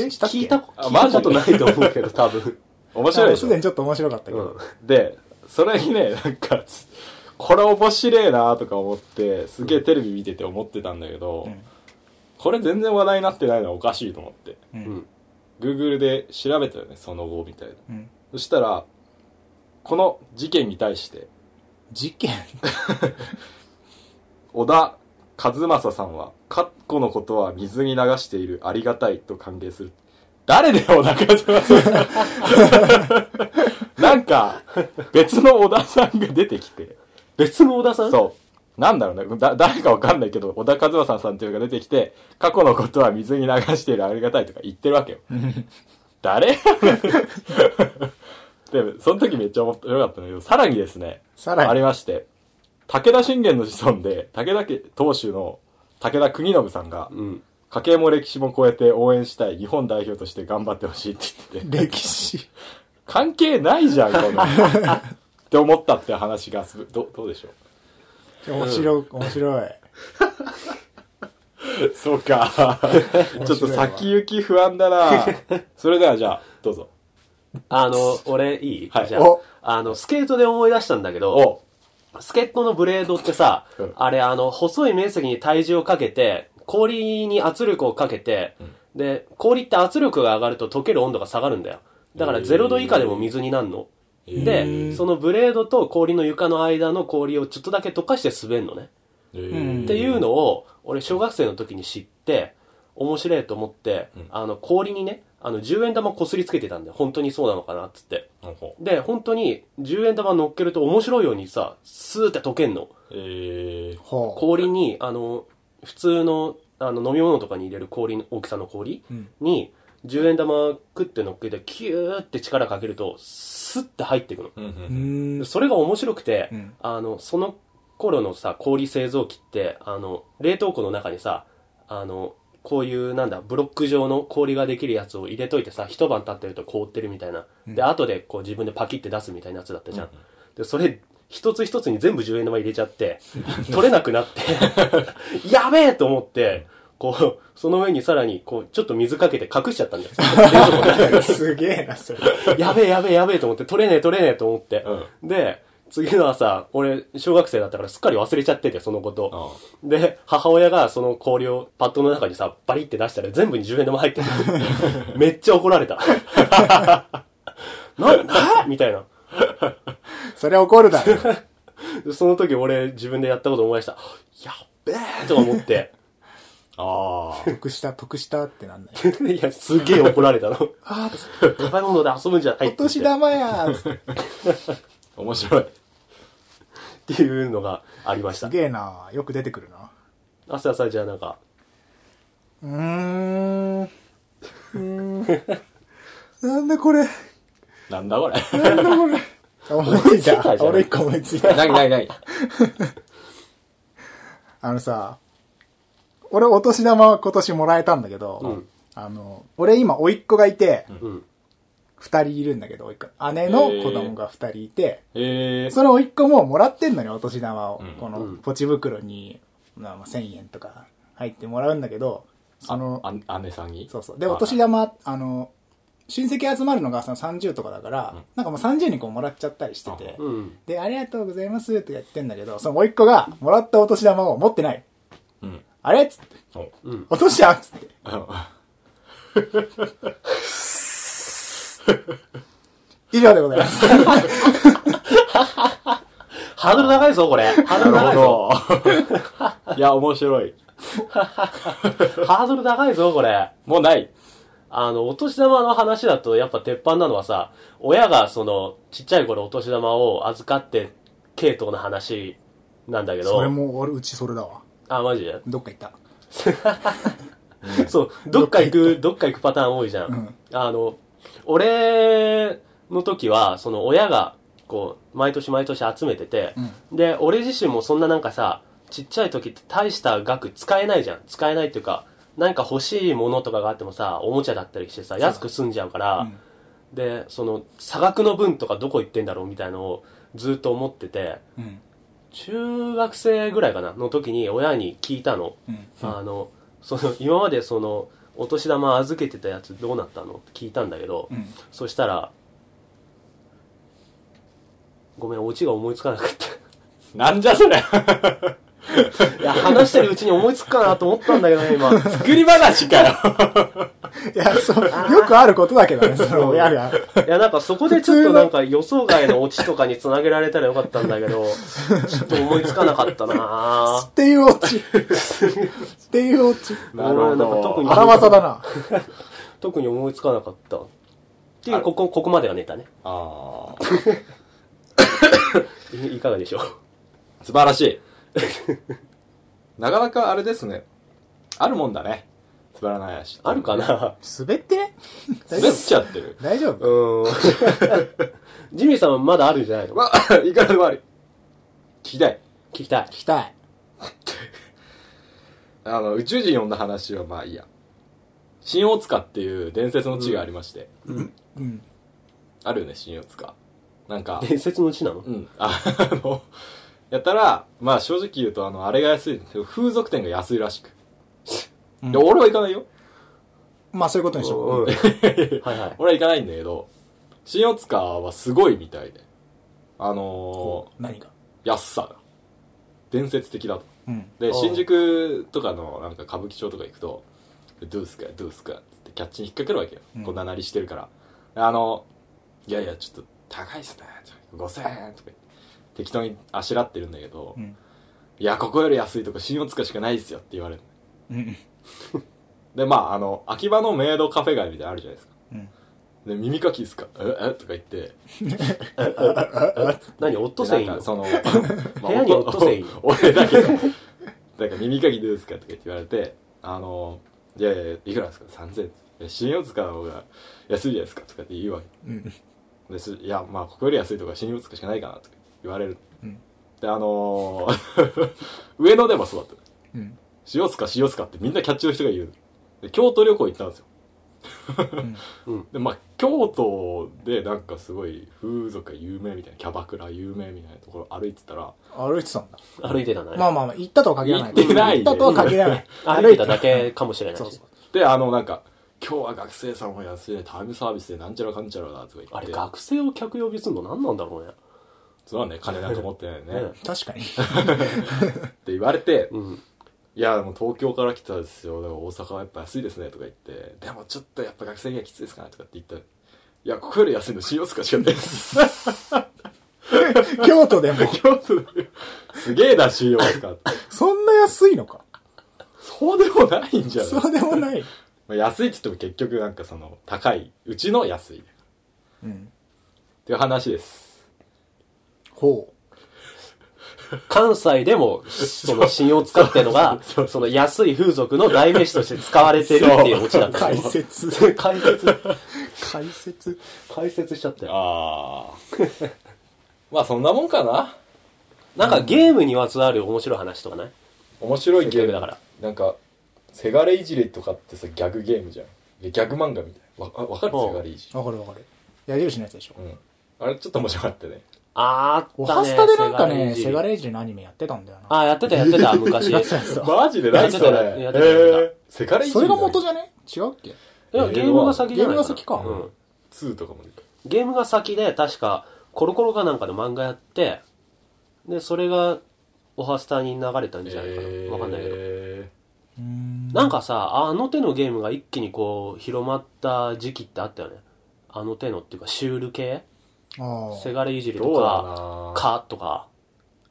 Speaker 2: え
Speaker 3: したっけ
Speaker 2: 聞いたこ
Speaker 1: あ
Speaker 2: 聞いたこと
Speaker 1: マ
Speaker 2: な
Speaker 1: ジで
Speaker 2: いと思うけど、多分。
Speaker 1: 面白いでし
Speaker 3: す
Speaker 1: ょ
Speaker 3: でにちょっと面白かったけ
Speaker 2: う
Speaker 3: ど。
Speaker 2: ん。
Speaker 1: で、それにね、なんか、つこれ面白いなとか思って、すげえテレビ見てて思ってたんだけど、これ全然話題になってないのはおかしいと思って。
Speaker 3: う。
Speaker 2: うんん。
Speaker 1: Google で調べたよね、その後みたいな。
Speaker 3: うん。
Speaker 1: そしたら、この事件に対して、
Speaker 3: 事件
Speaker 1: 小田和正さんは、かっこのことは水に流しているありがたいと歓迎する。誰だよ、小田和正さん。なんか、別の小田さんが出てきて、
Speaker 2: 別の小田さ ん
Speaker 1: そう。なんだろうね。だ、誰かわかんないけど、小田和正さんっていうのが出てきて、過去のことは水に流しているありがたいとか言ってる わけよ。誰 でも、その時めっちゃ面白かったんだけど、さらにですね、
Speaker 3: さらに
Speaker 1: ありまして、武田信玄の子孫で、武田家当主の武田国信さんが、
Speaker 2: うん。
Speaker 1: 家計も歴史も超えて応援したい日本代表として頑張ってほしいって言ってて、
Speaker 3: 歴史。
Speaker 1: 関係ないじゃん、こんなのって思ったって話がする。ど、どうでしょう
Speaker 3: 面白い、面白い。
Speaker 1: そうか。ちょっと先行き不安だ な。それではじゃあ、どうぞ。
Speaker 2: あの、俺、いい
Speaker 1: はい
Speaker 2: じゃ
Speaker 3: お
Speaker 2: あ、あの、スケートで思い出したんだけど、
Speaker 1: お
Speaker 2: 助っ人のブレードってさ
Speaker 1: うん、
Speaker 2: あれ、あの、細い面積に体重をかけて、氷に圧力をかけて、で、氷って圧力が上がると溶ける温度が下がるんだよ。だから
Speaker 1: へー
Speaker 2: 0度以下でも水になるの。で、そのブレードと氷の床の間の氷をちょっとだけ溶かして滑るのね。
Speaker 3: ん
Speaker 2: っていうのを、俺、小学生の時に知って、面白いと思って、あの、氷にね、あの、10円玉こすりつけてたんだよ。本当にそうなのかなっつって。
Speaker 1: ほうほう
Speaker 2: で、本当に10円玉乗っけると面白いようにさ、スーって溶けんの。
Speaker 1: えー
Speaker 3: ほ
Speaker 2: 氷に、あの、普通の、あの、飲み物とかに入れる氷の、大きさの氷
Speaker 3: う。うん。
Speaker 2: に、10円玉くって乗っけて、キューって力かけると、スッて入っていくの。
Speaker 1: うんうん
Speaker 3: うーん。
Speaker 2: それが面白くて、
Speaker 3: うん
Speaker 2: あの、その頃のさ、氷製造機って、あの、冷凍庫の中にさ、あの、こういう、なんだ、ブロック状の氷ができるやつを入れといてさ、一晩経ってると凍ってるみたいな。で、後でこう自分でパキって出すみたいなやつだったじゃん。で、それ、一つ一つに全部10円玉入れちゃって、取れなくなって、 やべえと思って、こう、その上にさらに、こう、ちょっと水かけて隠しちゃったんだよ。冷蔵庫の中に
Speaker 3: すげえな、それ。
Speaker 2: やべえやべえやべえと思って、取れねえ取れねえと思って。で、次の朝、俺、小学生だったからすっかり忘れちゃってて、そのこと。
Speaker 1: あ
Speaker 2: で、母親がその氷をパッドの中にさ、バリって出したら全部に10円玉入っ てる。めっちゃ怒られた。な、なみたいな。
Speaker 3: それ怒るだろ。
Speaker 2: でその時俺、自分でやったこと思い出した。やっべえとか 思って。
Speaker 1: あー。
Speaker 3: 得した、得したってなんだよ。
Speaker 2: いや、すげえ怒ら れたの。
Speaker 3: あーつって、
Speaker 2: 食べ物で遊ぶんじゃない
Speaker 3: お
Speaker 2: って言って
Speaker 3: 年玉やーつって。
Speaker 1: 面白い。
Speaker 2: っていうのがありまし
Speaker 3: す
Speaker 2: た。
Speaker 3: げえなよく出てくるな。
Speaker 2: 朝朝じゃあなんか、
Speaker 3: うーん。うーん。なんだこれ。
Speaker 1: なんだこ れ。
Speaker 3: 思いつい
Speaker 2: 思いついたじゃ
Speaker 3: た。
Speaker 2: ん
Speaker 3: 俺一個思いついた。
Speaker 1: なになになに
Speaker 3: あのさ、俺お年玉今年もらえたんだけど、
Speaker 2: うん
Speaker 3: あの、俺今甥っ子がいて、
Speaker 2: うん。
Speaker 3: 二人いるんだけど、甥っ子姉の子供が二人いて、
Speaker 1: えー。
Speaker 3: その甥っ子ももらってんのにお年玉を、
Speaker 1: うん
Speaker 3: こ
Speaker 2: う
Speaker 3: の
Speaker 2: ん
Speaker 3: ポチ袋に、まあまあ1000円とか入ってもらうんだけど、その、
Speaker 1: あ、姉さんに
Speaker 3: そうそう。で、お年
Speaker 1: だ。
Speaker 3: 玉、あの、親戚集まるのがその30とかだから、
Speaker 1: うん
Speaker 3: なんかもう30にこうもらっちゃったりしてて、
Speaker 2: うん。
Speaker 3: で、ありがとうございますってやってんだけど、その甥っ子がもらったお年玉を持ってない。
Speaker 1: うん。
Speaker 3: あれっつって、
Speaker 1: お
Speaker 2: うん。
Speaker 3: 落としたっつって。以上でござい ます。
Speaker 2: ハードル高いぞ、これ。ハードル
Speaker 1: な
Speaker 2: 高い
Speaker 1: る
Speaker 2: ぞ。
Speaker 1: ほど。いや、面白い。
Speaker 2: ハードル高いぞ、これ。
Speaker 1: もうない。
Speaker 2: あの、お年玉の話だと、やっぱ鉄板なのはさ、親がその、ちっちゃい頃お年玉を預かって、系統の話なんだけど。
Speaker 3: それも、俺、うちそれだわ。
Speaker 2: あ、マジで
Speaker 3: どっか行った。
Speaker 2: そう、どっか行く、どっか行くパターン多いじゃ
Speaker 3: う
Speaker 2: ん。
Speaker 3: ん
Speaker 2: あの、俺の時は、その親が、こう、毎年毎年集めてて、で、俺自身もそんななんかさ、ちっちゃい時って大した額使えないじゃん。使えないっていうか、なんか欲しいものとかがあってもさ、おもちゃだったりしてさ、安く済んじゃうから、
Speaker 3: うん
Speaker 2: で、その、差額の分とかどこ行ってんだろうみたいのを、ずっと思ってて、
Speaker 3: うん。
Speaker 2: 中学生ぐらいかなの時に親に聞いたの。
Speaker 3: うん。
Speaker 2: あの、その、今までその、お年玉預けてたやつどうなったのって聞いたんだけど、
Speaker 3: うん。
Speaker 2: そしたら、ごめん、オチが思いつかなかっ
Speaker 1: なんじゃそれ
Speaker 2: た。いや、話してるうちに思いつくかなと思ったんだけどね、今。
Speaker 1: 作り話かよ
Speaker 3: いや、そう、よくあることだけどね、その、
Speaker 2: そう
Speaker 3: やるやる。
Speaker 2: いや、なんかそこでちょっとなんか予想外のオチとかにつなげられたらよかったんだけど、ちょっと思いつかなかったな
Speaker 3: っていうオチ。っていうオチ。
Speaker 1: なるほ
Speaker 2: 俺なんか
Speaker 1: ど
Speaker 2: 特。に
Speaker 3: 荒技だな。
Speaker 2: 特に思いつかなかった。っていう、ここ、ここまでがネタね。
Speaker 1: あ
Speaker 2: いいかがでしょう。
Speaker 1: ー素晴らし い。なかなかあれですね。あるもんだね。素晴らない話。
Speaker 2: あるかな
Speaker 3: 滑ってね大
Speaker 1: 滑
Speaker 3: 丈
Speaker 1: っ
Speaker 3: 夫
Speaker 1: ちゃってる。
Speaker 3: 大丈
Speaker 2: う
Speaker 3: 夫
Speaker 2: ーん。 ジミーさんはまだあるんじゃないの
Speaker 1: わ、いかがでもあり。 聞きたい。
Speaker 2: 聞きたい
Speaker 3: 聞。きたい。
Speaker 1: あの、宇宙人呼んだ話はまあいいや。新大塚っていう伝説の地がありまして。
Speaker 3: うん。
Speaker 1: あるよね、新大塚。なんか、
Speaker 2: 伝説の地なの
Speaker 1: うん。ああの、やったら、まあ正直言うと、あの、あれが安いんですけど、風俗店が安いらしく。
Speaker 3: うん
Speaker 1: で、俺は行かないよ。
Speaker 3: まあ、そういうことにしとこ
Speaker 2: うん。
Speaker 3: う。
Speaker 2: はいはい。
Speaker 1: 俺は行かないんだけど、新大塚はすごいみたいで。あの
Speaker 3: 何が。
Speaker 1: ー、安さが。伝説的だと。
Speaker 3: うん。
Speaker 1: で、
Speaker 2: ああ
Speaker 1: 新宿とかのなんか歌舞伎町とか行くと、どうすか、どうすかってキャッチに引っ掛けるわけよ。
Speaker 3: うん
Speaker 1: こんななりしてるから。あの、いやいや、ちょっと高いっすね。5000円とか言って適当にあしらってるんだけど、
Speaker 3: うん。
Speaker 1: いや、ここより安いとこ新大塚しかないですよって言われる。
Speaker 3: うん。
Speaker 1: で、まあ、あの、秋葉のメイドカフェ街みたいなのあるじゃないですか。
Speaker 3: うん。
Speaker 1: で、耳かきですかええとか言って、
Speaker 2: 何オットセイン
Speaker 1: なん
Speaker 2: の
Speaker 1: かそ の、ま
Speaker 2: 部屋にオットセイいる
Speaker 1: 俺だけど、なんか耳かきどうですかとか言って言われて、あの、いやいや、いくらですか ?3000 円。いや新大塚の方が安いじゃないですかとかって言うわ
Speaker 3: うん。
Speaker 1: けです。いや、まあ、ここより安いとか新大塚しかないかなとか言われる。
Speaker 3: うん
Speaker 1: で、あの ー上野でもそうだった。
Speaker 3: うん。
Speaker 1: 塩塚塩塚ってみんなキャッチの人が言うで京都旅行行ったんですよ
Speaker 3: うん。
Speaker 1: でまあ京都でなんかすごい風俗が有名みたいなキャバクラ有名みたいなところ歩いてたら
Speaker 3: 歩いてたんだ。
Speaker 2: 歩いてたんだね。
Speaker 3: まあまあまあ、行ったとは限らない。
Speaker 1: 行ってない
Speaker 3: 行ったとは限らない。
Speaker 2: 歩いてただけかもしれないし。
Speaker 3: そうそう
Speaker 1: であのなんか今日は学生さんも安いねタイムサービスでなんちゃらかんちゃらだとか言って
Speaker 2: あれ、学生を客呼びするの何なんだろうね。
Speaker 1: そうだね金なんか持ってないよね
Speaker 2: ね
Speaker 1: って
Speaker 3: 確かに。
Speaker 1: 言われて
Speaker 2: うん。
Speaker 1: いやでも東京から来たんですよでも大阪はやっぱ安いですねとか言ってでもちょっとやっぱ学生にはきついですかねとかって言ったらいやここより安いの塩塚しかないです
Speaker 3: 京都でも、
Speaker 1: 京都だよすげえな塩塚って
Speaker 3: そんな安いのか。
Speaker 1: そうでもないんじゃない
Speaker 3: そうでもない。
Speaker 1: まあ安いって言っても結局なんかその高いうちの安いっ
Speaker 3: うん。
Speaker 1: ていう話です
Speaker 3: ほ
Speaker 2: 関西でも、その信用使ってのが、
Speaker 1: そうそう
Speaker 2: その安い風俗の代名詞として使われてるっていうオチだ
Speaker 3: う。
Speaker 2: った
Speaker 3: 解
Speaker 2: ね。
Speaker 3: 説。
Speaker 2: 解説、
Speaker 3: 解説。
Speaker 2: 解説しちゃったよ。
Speaker 1: ああまあそんなもんかな
Speaker 2: なんかゲームにまつわる面白い話とかない
Speaker 1: 面白いゲーム
Speaker 2: せっかくだから
Speaker 1: なんかせがれいじりとかってさギャグゲームじゃんギャグ漫画みたいわあわかる
Speaker 2: うん
Speaker 1: せがれいじり
Speaker 3: わかるわかる。矢印のやつでしょ
Speaker 1: う。んあれちょっと面白かったね
Speaker 2: あー
Speaker 3: お
Speaker 2: った
Speaker 3: は
Speaker 2: ね。
Speaker 3: スタでなんかね、
Speaker 2: セ
Speaker 3: セ
Speaker 2: ガ
Speaker 3: ガ
Speaker 2: レージ
Speaker 3: レージのアニメやってたんだよな。
Speaker 2: あー、やってたやってた、 昔。
Speaker 3: やってたやつだ
Speaker 1: マジで何それ
Speaker 2: やってたやってたやって
Speaker 1: えーせがれいじり
Speaker 3: それが元
Speaker 1: じ
Speaker 3: じゃね違うっけ
Speaker 2: いや、ゲームが先じゃない
Speaker 3: ゲームが先か
Speaker 2: うん。
Speaker 1: 2とかもね
Speaker 2: ゲームが先で、確か、コロコロかなんかの漫画やって、で、それが、オハスタに流れたんじゃないか
Speaker 1: えー
Speaker 2: な。わかんないけど。
Speaker 3: うーん。
Speaker 2: なんかさ、あの手のゲームが一気にこう、広まった時期ってあったよね。あの手のっていうか、シュール系
Speaker 3: あ
Speaker 2: せがれいじり
Speaker 1: ど
Speaker 2: と
Speaker 1: うだ
Speaker 2: か、
Speaker 1: ろうな
Speaker 2: かとか、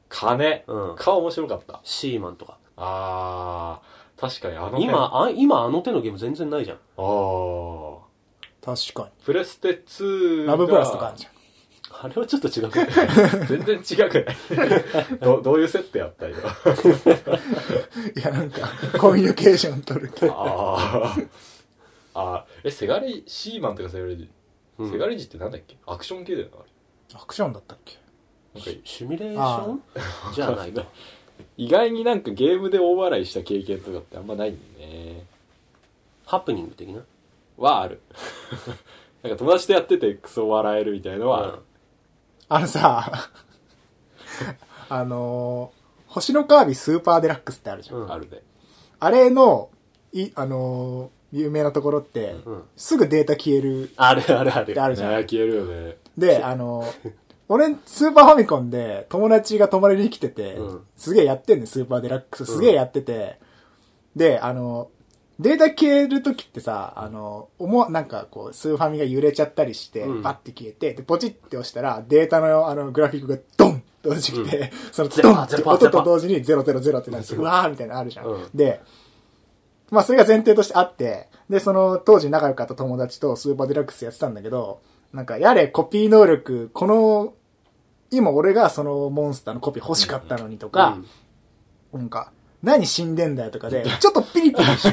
Speaker 1: 金
Speaker 2: うん
Speaker 1: 顔面白かった
Speaker 2: シーマンとか。
Speaker 1: あー確かにあのね
Speaker 2: 今、あ今あの手のゲーム全然ないじゃん。
Speaker 1: あー
Speaker 3: あ。確か
Speaker 1: プレステ2
Speaker 3: に。
Speaker 1: が
Speaker 3: ラブプラスとかあるじゃん。
Speaker 2: あれはちょっと違うけど。
Speaker 1: 全然違くない どどういう設定やった今
Speaker 3: いや、なんか、コミュニケーション取るけど。
Speaker 1: あーあーえセガレシーマンとかセガレジ、
Speaker 2: うん
Speaker 1: セガレジってなんだっけアクション系だよなあ
Speaker 3: アクションだったっけ
Speaker 1: れなんか
Speaker 2: シミュレーションじゃないか。
Speaker 1: 意外になんかゲームで大笑いした経験とかってあんまないんだよね
Speaker 2: ハプニング的な。
Speaker 1: はあ るなんか友達とやっててクソ笑えるみたいのはある、
Speaker 2: うん
Speaker 3: あのさ、 あのー星のカービィスーパーデラックスってあるじゃん。
Speaker 2: うん
Speaker 1: あるで。
Speaker 3: あれの、い、あのー有名なところって、
Speaker 2: うん。
Speaker 3: すぐデータ消える
Speaker 2: あるあるあ
Speaker 3: って
Speaker 2: る。
Speaker 3: あ
Speaker 1: あ
Speaker 3: るじゃん。
Speaker 1: 消えるよね。
Speaker 3: で、あのー俺、スーパーファミコンで友達が泊まりに来てて、
Speaker 2: うん
Speaker 3: すげえやってんねん、スーパーデラックス。すげえやってて、で、あのーデータ消えるときってさ、あのー、思わ、なんかこう、スーファミが揺れちゃったりして、
Speaker 2: うん
Speaker 3: バッて消えて、で、ポチって押したら、データのあの、グラフィックがドンって落ちてきて、その
Speaker 2: ゼ
Speaker 3: ド
Speaker 2: ロ
Speaker 3: ンって
Speaker 2: ゼロ
Speaker 3: 音
Speaker 2: ゼロ
Speaker 3: と同時に000ってなって、うわーみたいなのあるじゃん。
Speaker 2: うん
Speaker 3: で、まあそれが前提としてあって、で、その当時仲良かった友達とスーパーデラックスやってたんだけど、なんかやれコピー能力、この、今俺がそのモンスターのコピー欲しかったのにとか、
Speaker 2: うん
Speaker 3: なんか、何死んでんだよとかで、ちょっとピリピリし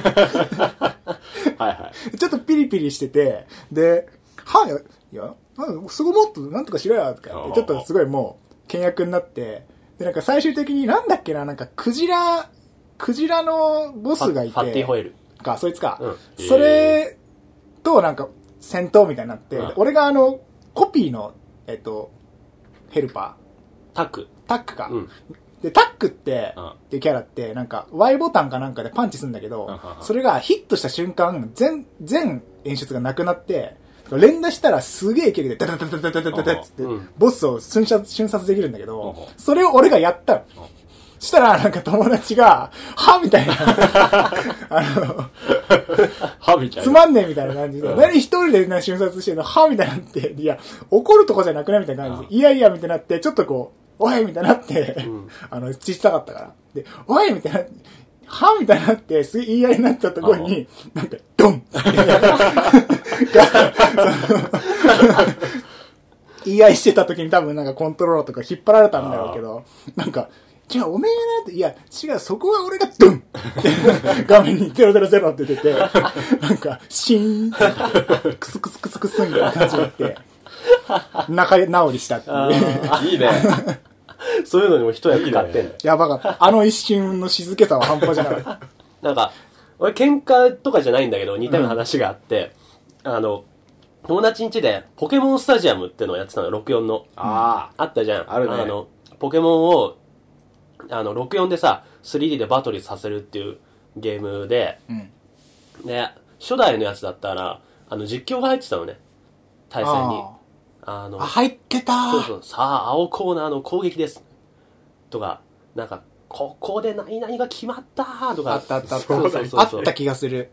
Speaker 1: はいはい。
Speaker 3: ちょっとピリピリしてて、で、はい、いや、なんかそこもっとなんとかしろよ、とか言って、ちょっとすごいもう、倹約になって、で、なんか最終的になんだっけな、なんかクジラ、クジラのボスがいて、
Speaker 2: ファファッティホイール。
Speaker 3: か、そいつか、
Speaker 2: うん
Speaker 3: それとなんか戦闘みたいになって、
Speaker 2: うん
Speaker 3: で俺があの、コピーの、えっと、ヘルパ
Speaker 2: タック。
Speaker 3: ー、タックか。
Speaker 2: うん。
Speaker 3: で、タックって、
Speaker 1: うん
Speaker 3: っていうキャラって、なんか、Y ボタンかなんかでパンチするんだけ
Speaker 1: うんう
Speaker 3: ど
Speaker 1: ん、うん
Speaker 3: それがヒットした瞬間、全、全演出がなくなって、連打したらすげえ勢いで、ダダダダダダダダダっつって
Speaker 2: うん、
Speaker 3: ボスを瞬殺、瞬殺できるんだけど
Speaker 1: うんうん、
Speaker 3: それを俺がやったの
Speaker 1: うん。
Speaker 3: したら、なんか友達が、はみたいな、あの、
Speaker 1: 歯みたい
Speaker 3: つ
Speaker 1: な。
Speaker 3: まんねえみたいな感じで、
Speaker 1: うん
Speaker 3: 何一人でな瞬殺してんのはみたいになって、いや、怒るとこじゃなくないみたいな感じで、いやいや、みたいになって、ちょっとこう、おいみたいになって、
Speaker 2: ん
Speaker 3: あの、小さかったから。で、おいみたいな、はみたいになって、すげえ言い合いになったところに、なんか、ドンって がその言い合いしてた時に多分なんかコントローラーとか引っ張られたんだろうけど、なんか、じゃあおめえがなって、いや、違う、そこは俺がドン って画面に000って出て、なんか、シーンって、クスクスクスクスみたいな感じになって、仲直りしたって
Speaker 2: あ
Speaker 3: いう。
Speaker 2: ー
Speaker 1: いい ね。
Speaker 2: そういうのにも一役買ってんだよ。
Speaker 3: やばかった。あの一瞬の静けさは半端じゃなか った。
Speaker 2: なんか、俺喧嘩とかじゃないんだけど、似たような話があって、あの、友達ん家でポケモンスタジアムってのをやってたの、64の。
Speaker 1: あ
Speaker 2: あったじゃん。
Speaker 1: あるね
Speaker 2: の、ポケモンを、あの、64でさ、3D でバトルさせるっていうゲームで、
Speaker 3: うん。
Speaker 2: で、初代のやつだったら、あの、実況が入ってたのね。対戦に。
Speaker 3: あ
Speaker 2: あの
Speaker 3: ーあ、、入ってたー
Speaker 2: そうそう、さあ、青コーナーの攻撃です。とか、なんか、ここで何々が決まったーとか。
Speaker 3: あったあったあった。
Speaker 2: そうそうそう
Speaker 3: あ
Speaker 2: そう
Speaker 3: った気がする。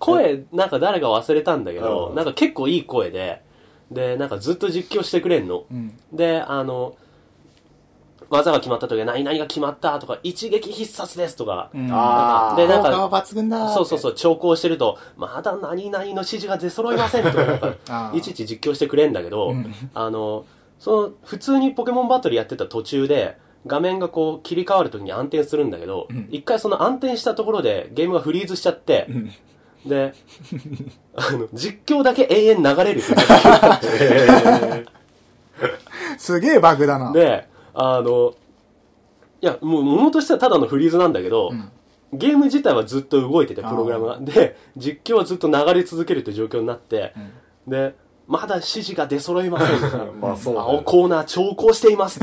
Speaker 2: 声、なんか誰か忘れたんだけど、
Speaker 1: うん
Speaker 2: なんか結構いい声で、で、なんかずっと実況してくれんの。
Speaker 3: うん。
Speaker 2: で、あの、技が決まった時は何々が決まったとか、一撃必殺ですとか、
Speaker 3: うん
Speaker 1: あー
Speaker 2: で、なん
Speaker 3: 効果
Speaker 2: か、
Speaker 3: は抜群だーって。
Speaker 2: そうそうそう、調校してると、まだ何々の指示が出揃いませんとか、なんか
Speaker 3: あー
Speaker 2: いちいち実況してくれんだけど、
Speaker 3: うん
Speaker 2: あの、その、普通にポケモンバトルやってた途中で、画面がこう切り替わる時に暗転するんだけど、
Speaker 3: ん
Speaker 2: 一回その暗転したところでゲームがフリーズしちゃって、
Speaker 3: ん
Speaker 2: で、あの、実況だけ永遠流れるっていう。
Speaker 3: すげえバグだな。
Speaker 2: で、あの、いや、もう物としてはただのフリーズなんだけど、ゲーム自体はずっと動いてて、プログラムが。で、実況はずっと流れ続けるという状況になって、で、まだ指示が出揃いませんとか
Speaker 1: まあそうだよね
Speaker 2: 青コーナー調校して います。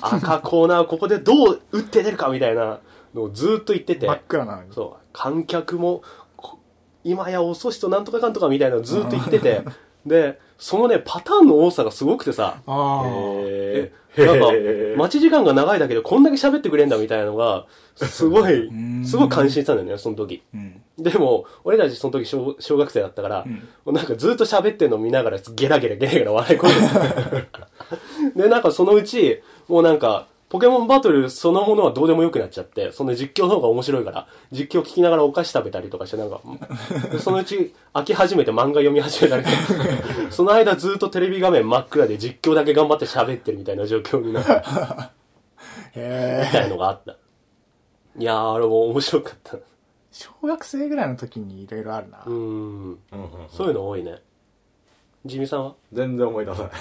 Speaker 2: 赤コーナーここでどう打って出るかみたいなのをずっと言ってて
Speaker 3: 真、っ暗なのに。
Speaker 2: そう、観客も、こ今や遅しとなんとかかんとかみたいなのをずっと言ってて、 で、そのね、パターンの多さがすごくてさ、
Speaker 3: あー
Speaker 1: え
Speaker 2: え、
Speaker 1: ー
Speaker 2: なんか
Speaker 1: へ、ー
Speaker 2: 待ち時間が長いだけでこんだけ喋ってくれんだみたいなのが、すごい、すごい感心したんだよね、その時。
Speaker 3: うん。
Speaker 2: でも、俺たちその時小小学生だったから、もうなんかずっと喋ってんの見ながらゲラゲラゲラゲラ笑い込 んで。で、なんかそのうち、もうなんか、ポケモンバトルそのものはどうでもよくなっちゃって、その実況の方が面白いから、実況聞きながらお菓子食べたりとかして、なんか、 でそのうち飽き始めて漫画読み始め たりとか、その間ずっとテレビ画面真っ暗で実況だけ頑張って喋ってるみたいな状況に なった
Speaker 3: へ
Speaker 2: み
Speaker 3: え。
Speaker 2: たいのがあった。いやー、あれも面白かった。
Speaker 3: 小学生ぐらいの時にいろいろあるな
Speaker 2: う。ーん。
Speaker 1: うんうん
Speaker 2: そういうの多いね。ジミさんは
Speaker 1: 全然思い出さない。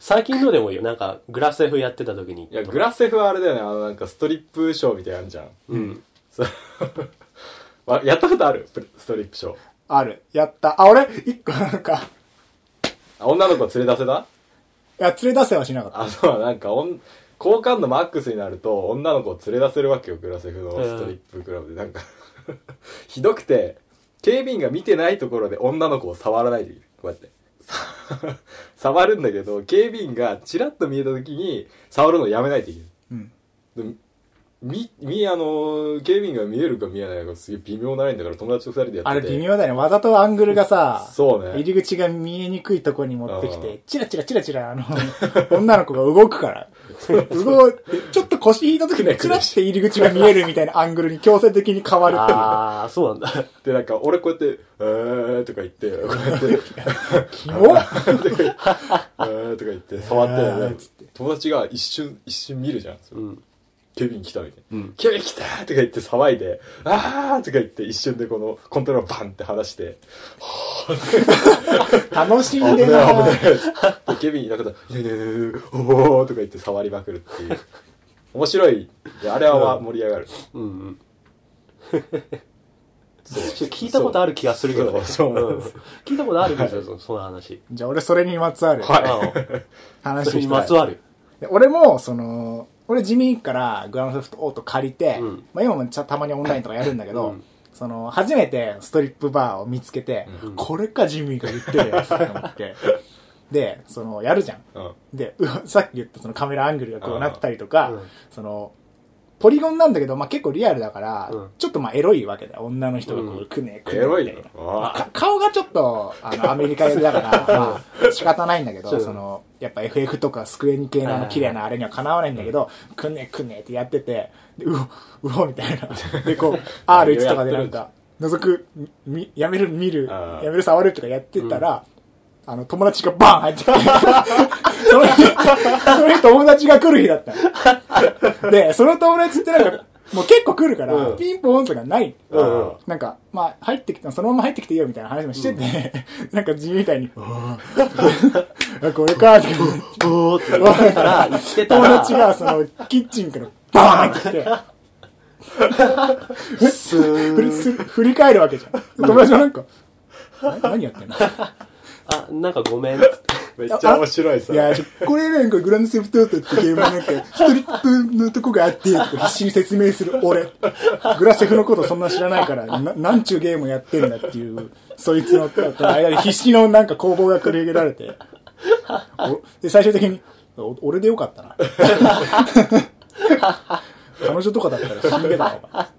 Speaker 2: 最近のでもいいよ。なんか、グラス F やってた時に。
Speaker 1: いや、グラセフはあれだよね。あの、なんかストリップショーみたいなのあるじゃん。
Speaker 2: うん。
Speaker 1: そう わやったことあるプストリップショー。
Speaker 3: ある。やった。あ、俺、一個なんか、
Speaker 1: あ女の子連れ出せた
Speaker 3: や、連れ出せはしなかった。
Speaker 1: あとはなんかおん、好感度マックスになると、女の子を連れ出せるわけよ、グラセフのストリップクラブで。なんか、 ひどくて、警備員が見てないところで女の子を触らないでいる。こうやって。 さ触るんだけど、警備員がチラッと見えた時に、触るのやめないといけない。
Speaker 3: うん。
Speaker 1: でみ、み、あの、警備員が見えるか見えないかすげえ微妙なラインだから友達と二人でやって
Speaker 3: あれ
Speaker 1: て。
Speaker 3: 微妙だよね。わざとアングルがさ、
Speaker 1: そうね。
Speaker 3: 入り口が見えにくいとこに持ってき
Speaker 1: う
Speaker 3: て、チラチラチラチラ、あの、 女の子が動くから。動いちょっと腰引いた時にチラって入り口が見えるみたいなアングルに強制的に変わるっていう。
Speaker 2: ああ、そうなんだ。
Speaker 1: で、なんか、俺こうやって、えーとか言って、こうやって、
Speaker 3: キモ
Speaker 1: えーとか言って、触って、
Speaker 3: えーつって
Speaker 1: 友達が一瞬、一瞬見るじゃん。それ
Speaker 2: うん。
Speaker 1: ケビン来たみたいな。
Speaker 2: うん
Speaker 1: ケビン来たとか言って騒いで、あーとか言って、一瞬でこのコントローラーバンって離して、
Speaker 3: 楽し
Speaker 1: 危ね
Speaker 3: ん
Speaker 1: え
Speaker 3: で
Speaker 1: 危
Speaker 3: な
Speaker 1: ねえでケビンいなくなったら、いやいやいやいやおーとか言って触りまくるっていう。面白い。であれは盛り上がる。
Speaker 2: うんうん。
Speaker 1: そう
Speaker 2: 聞いたことある気がするけどね。
Speaker 1: そうそうなん
Speaker 2: ん
Speaker 1: です
Speaker 2: 聞いたことある気がするそ、その話。
Speaker 3: じゃあ俺それにまつわる
Speaker 1: はい
Speaker 2: ああ、
Speaker 3: 話
Speaker 2: それ
Speaker 3: にし
Speaker 2: にま
Speaker 3: た
Speaker 2: つわる。
Speaker 3: で俺も、その、俺地味からグランドソフトオート借りて、
Speaker 2: うん
Speaker 3: まあ今もちゃたまにオンラインとかやるんだけど、
Speaker 2: うん
Speaker 3: その、初めてストリップバーを見つけて、
Speaker 1: うん
Speaker 3: これかジミーが 言ってるやつって思って、で、その、やるじゃん。
Speaker 1: うん。
Speaker 3: で、うわさっき言ったそのカメラアングルがこうなったりとか、
Speaker 2: うん
Speaker 3: その、ポリゴンなんだけど、まあ結構リアルだから、
Speaker 2: うん
Speaker 3: ちょっとまあエロいわけだよ。女の人がこ
Speaker 2: う
Speaker 3: う、
Speaker 2: ん
Speaker 3: くねくね
Speaker 1: エロい
Speaker 3: みた
Speaker 1: よ
Speaker 3: な。
Speaker 1: あー
Speaker 3: か顔がちょっと、あ の、アメリカ寄りだから、まあ、仕方ないんだけ
Speaker 2: そ
Speaker 3: ど、
Speaker 2: う
Speaker 3: その、やっぱ FF とかスクエニ系のあ
Speaker 2: は
Speaker 3: の
Speaker 2: い
Speaker 3: 綺麗なあれにはかなわないんだけど、くねくねってやってて、でうお、うおみたい な。で、こう、R1 とかでなんか、覗く、み、やめる、見る、
Speaker 1: あ
Speaker 3: や
Speaker 1: ー
Speaker 3: める、触るとかやってたら、あの、友達がバーン入ってきて、 その日、その日友達が来る日だったの。で、その友達ってなんか、もう結構来るから、
Speaker 2: うん
Speaker 3: ピンポンとかない。
Speaker 2: うんうん。
Speaker 3: なんか、まあ、入ってきた、そのまま入ってきていいよみたいな話もしてて、 なんか自分みたいに、あ これか、って
Speaker 2: おーって言ってたら、言って た
Speaker 3: 友
Speaker 2: ら、
Speaker 3: 達が、その、キッチンから、バーンって来て、
Speaker 2: スー
Speaker 3: 振り、す振り返るわけじゃん。友達もなんか、な何やってんの
Speaker 2: あ、なんかごめんっつって。
Speaker 1: めっちゃ面白いさ。
Speaker 3: いや、ちょこれなんかグランドセフトオートってゲームのなんか、ストリップのとこがあって、必死に説明する俺。グラセフのことそんな知らないから、な、なんちゅうゲームやってんだっていう、そいつの、間で必死のなんか攻防が繰り上げられて。おで、最終的に、お俺でよかったな。彼女とかだったら死んでたのか。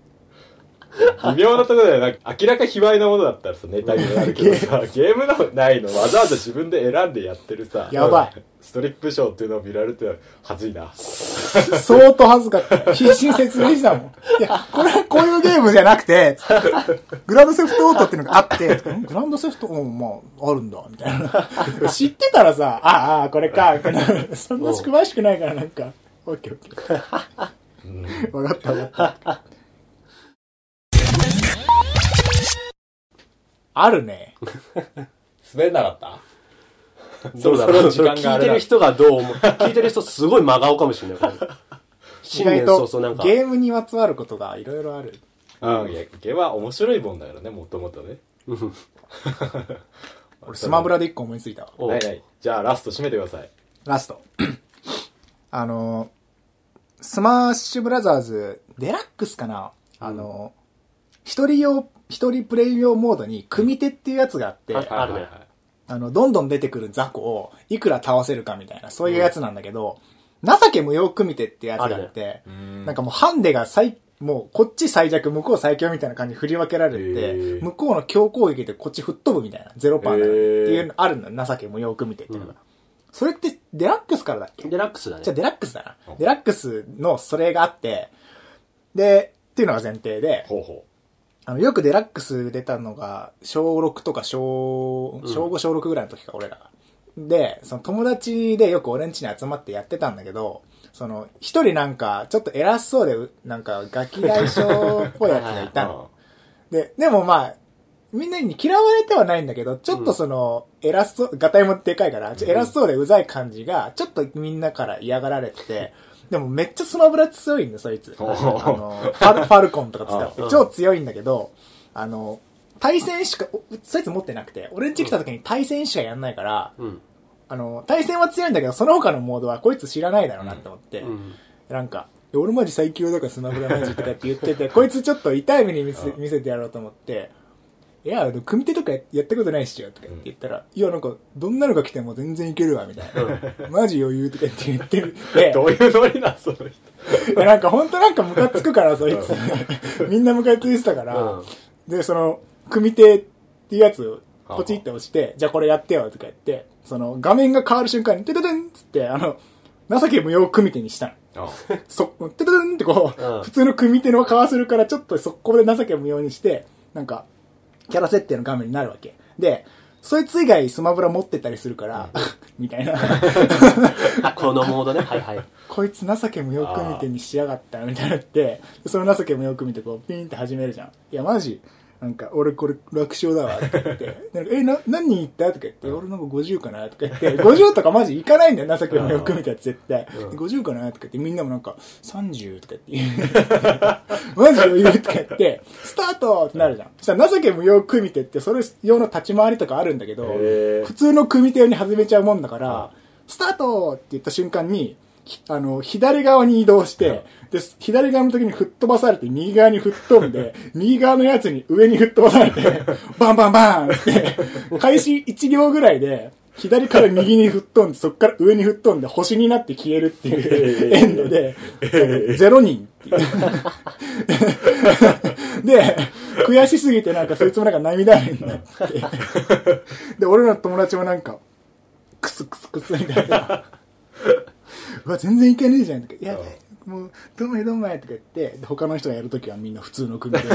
Speaker 1: 微妙なところで、なんか明らか卑猥なものだったらさ、ネタになるけど さ、ゲームのないのわざわざ自分で選んでやってるさ、
Speaker 3: やばい
Speaker 1: ストリップショーっていうのを見られるってのは恥ずいな。
Speaker 3: 相当恥ずかった。必死に説明したもん。いや、これはこういうゲームじゃなくて、つってグランドセフトオートっていうのがあって、んグランドセフト、うん、まあ、あるんだ、みたいな。知ってたらさ、ああああ、これか、みたいな。そんな詳しくないから、なんか。オッケーオッケー。わかったわかった。あるね。
Speaker 1: 滑んなかった
Speaker 2: どうだろう。
Speaker 1: そろそろ時間が
Speaker 2: 聞
Speaker 1: あ
Speaker 2: い
Speaker 1: れ
Speaker 2: て
Speaker 1: だ
Speaker 2: る人がどう思う。聞いてる人すごい真顔かもしれない。これ
Speaker 3: 意
Speaker 2: 新
Speaker 3: 外
Speaker 2: 年
Speaker 3: と
Speaker 2: 早々なんか。
Speaker 3: ゲームにまつわることがいろいろある。
Speaker 1: うん、いや、ゲームは面白いもんだからね、もともとね。
Speaker 2: うん
Speaker 3: 俺、スマブラで一個思いついたわ。
Speaker 2: お
Speaker 1: ないない。じゃあラスト締めてください。
Speaker 3: ラスト。 あの、スマッシュブラザーズ、デラックスかな、あの、一人用、一人プレイ用モードに組手っていうやつがあって、
Speaker 2: はいあるね
Speaker 1: はいはいはい
Speaker 3: あの、どんどん出てくる雑魚をいくら倒せるかみたいな、そういうやつなんだけど、情け無用組手ってやつがあって、
Speaker 1: うん
Speaker 3: なんかもうハンデが最、もうこっち最弱、向こう最強みたいな感じで振り分けられ
Speaker 1: へ
Speaker 3: て
Speaker 1: ー、
Speaker 3: 向こうの強攻撃でこっち吹っ飛ぶみたいな、ゼロパーになるってい
Speaker 1: へ
Speaker 3: うのあるんだ、情け無用組手っていうのが。それってデラックスからだっけ
Speaker 2: デラックスだね
Speaker 3: じゃあ。デラックスだ
Speaker 1: う。
Speaker 3: なんデラックスのそれがあって、で、っていうのが前提で、
Speaker 1: ほうほ。
Speaker 3: あの、よくデラックス出たのが、小6とか小、小5、小6ぐらいの時か、俺らが。で、その友達でよく俺ん家に集まってやってたんだけど、その、一人なんか、ちょっと偉そうで、うなんか、ガキ大将っぽいやつがいうたの。で、でもまあ、みんなに嫌われてはないんだけど、ちょっとその、偉そう、ガタイもでかいから、ちょ偉そうでうざい感じが、ちょっとみんなから嫌がられてて、でもめっちゃスマブラ強いんだよ、そいつ。あ
Speaker 1: お
Speaker 3: の、
Speaker 1: ー
Speaker 3: ファ ルファルコンとか使って
Speaker 2: う、ん
Speaker 3: 超強いんだけど、あの、対戦しか、おそいつ持ってなくて、俺ん家来た時に対戦しかやんないから、
Speaker 2: うん。
Speaker 3: あの、対戦は強いんだけど、その他のモードはこいつ知らないだろうなと思って、
Speaker 2: うん。
Speaker 3: なんか、いや俺マジ最強だからスマブラマジとかって言ってて、こいつちょっと痛い目に見せ
Speaker 1: うん
Speaker 3: 見せてやろうと思って、いや、あの組手とかやったことないっしょ、とか言って言ったら、いや、なんか、どんなのが来ても全然いけるわ、みたいな。 マジ余裕とかって言って て、
Speaker 1: どういうノリなんその人。
Speaker 3: いやなんか本当なんかムカつくから、そいつ。 みんなムカついてたから、
Speaker 2: うん
Speaker 3: で、その、組手っていうやつをポチって押して、じゃあこれやってよとか言って、その画面が変わる瞬間に、てててんっつって、あの、情け無用組手にしたの。
Speaker 1: あ
Speaker 3: そ、てててんってこう、
Speaker 2: うん
Speaker 3: 普通の組手の顔するからちょっと速攻で情け無用にして、なんか、キャラ設定の画面になるわけ。で、そいつ以外スマブラ持ってたりするから、 みた いな。
Speaker 2: あ、このモードね。はいはい。
Speaker 3: こいつ情け無用組手にしやがったみたいになって、その情け無用組手こうピンって始めるじゃん。いや、マジ、なんか、俺これ楽勝だわ、とか言って。なんかえ、な、何人いったとか言って、俺なんか50かなとか言って、50とかマジいかないんだよ、情け無用組手は絶対。
Speaker 2: うん
Speaker 3: 50かなとか言って、みんなもなんか、30とか言って、マジ余裕とか言 って、スタートってなるじゃん。そしたら情け無用組手って、それ用の立ち回りとかあるんだけど、
Speaker 1: へー
Speaker 3: 普通の組手に始めちゃうもんだから、スタートって言った瞬間に、ひあの、左側に移動して、で、す左側の時に吹っ飛ばされて、右側に吹っ飛ん で、右側のやつに上に吹っ飛ばされて、バンバンバンって、開始1秒ぐらいで、左から右に吹っ飛んで、そっから上に吹っ飛んで、星になって消えるっていうエンドで、0人っていう。で、悔しすぎてなんかそいつもなんか涙目になって。で、俺らの友達もなんか、クスクスクスみたいな。うわ、全然いけねえじゃんとか。いや、もう、どんまいどんまいとか言って、で他の人がやるときはみんな普通の組で。
Speaker 1: や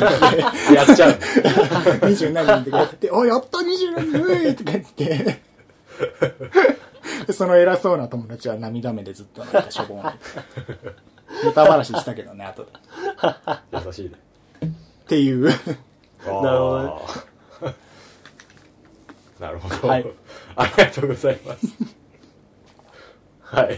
Speaker 1: っちゃう
Speaker 3: 27人とかやって、おい、やった27人ういとか言って。でその偉そうな友達は涙目でずっとなんかしょぼん。ネタ話したけどね、後で。っ
Speaker 1: の優しいね。
Speaker 3: ていう。
Speaker 1: なるほ
Speaker 2: どね
Speaker 1: なるほど。
Speaker 3: はい
Speaker 1: ありがとうございます。はい。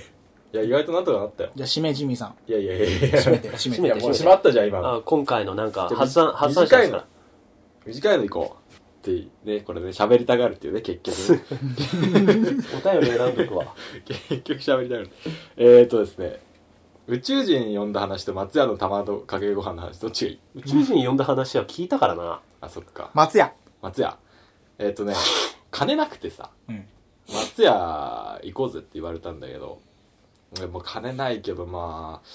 Speaker 1: いや、意外となんとかなったよ。
Speaker 3: じゃあ、しめじみさん。
Speaker 1: いやいやいやいや。
Speaker 3: 閉めて、閉め
Speaker 2: 閉
Speaker 3: て。
Speaker 1: い
Speaker 2: め
Speaker 1: や
Speaker 2: て
Speaker 1: もう
Speaker 2: 閉
Speaker 1: 閉
Speaker 2: め
Speaker 1: ま
Speaker 2: て。
Speaker 1: ったじゃん、今の。
Speaker 2: あ今回のなんか
Speaker 1: じゃあ
Speaker 2: 発散、発散したんですか
Speaker 1: 短いの行こう。って、ね、これね、喋りたがるっていうね、結局。
Speaker 2: ら。お便り選んどくわ。
Speaker 1: 結局喋りたがる。えーとですね、宇宙人呼んだ話と松屋の卵かけご飯の話、どっちがいい
Speaker 2: 宇宙人呼んだ話は聞いたからな。
Speaker 1: あ、そっか。
Speaker 3: 松屋。
Speaker 1: 松屋。えーとね、金なくてさ、
Speaker 3: うん。
Speaker 1: 松屋行こうぜって言われたんだけどでも金ないけどまあ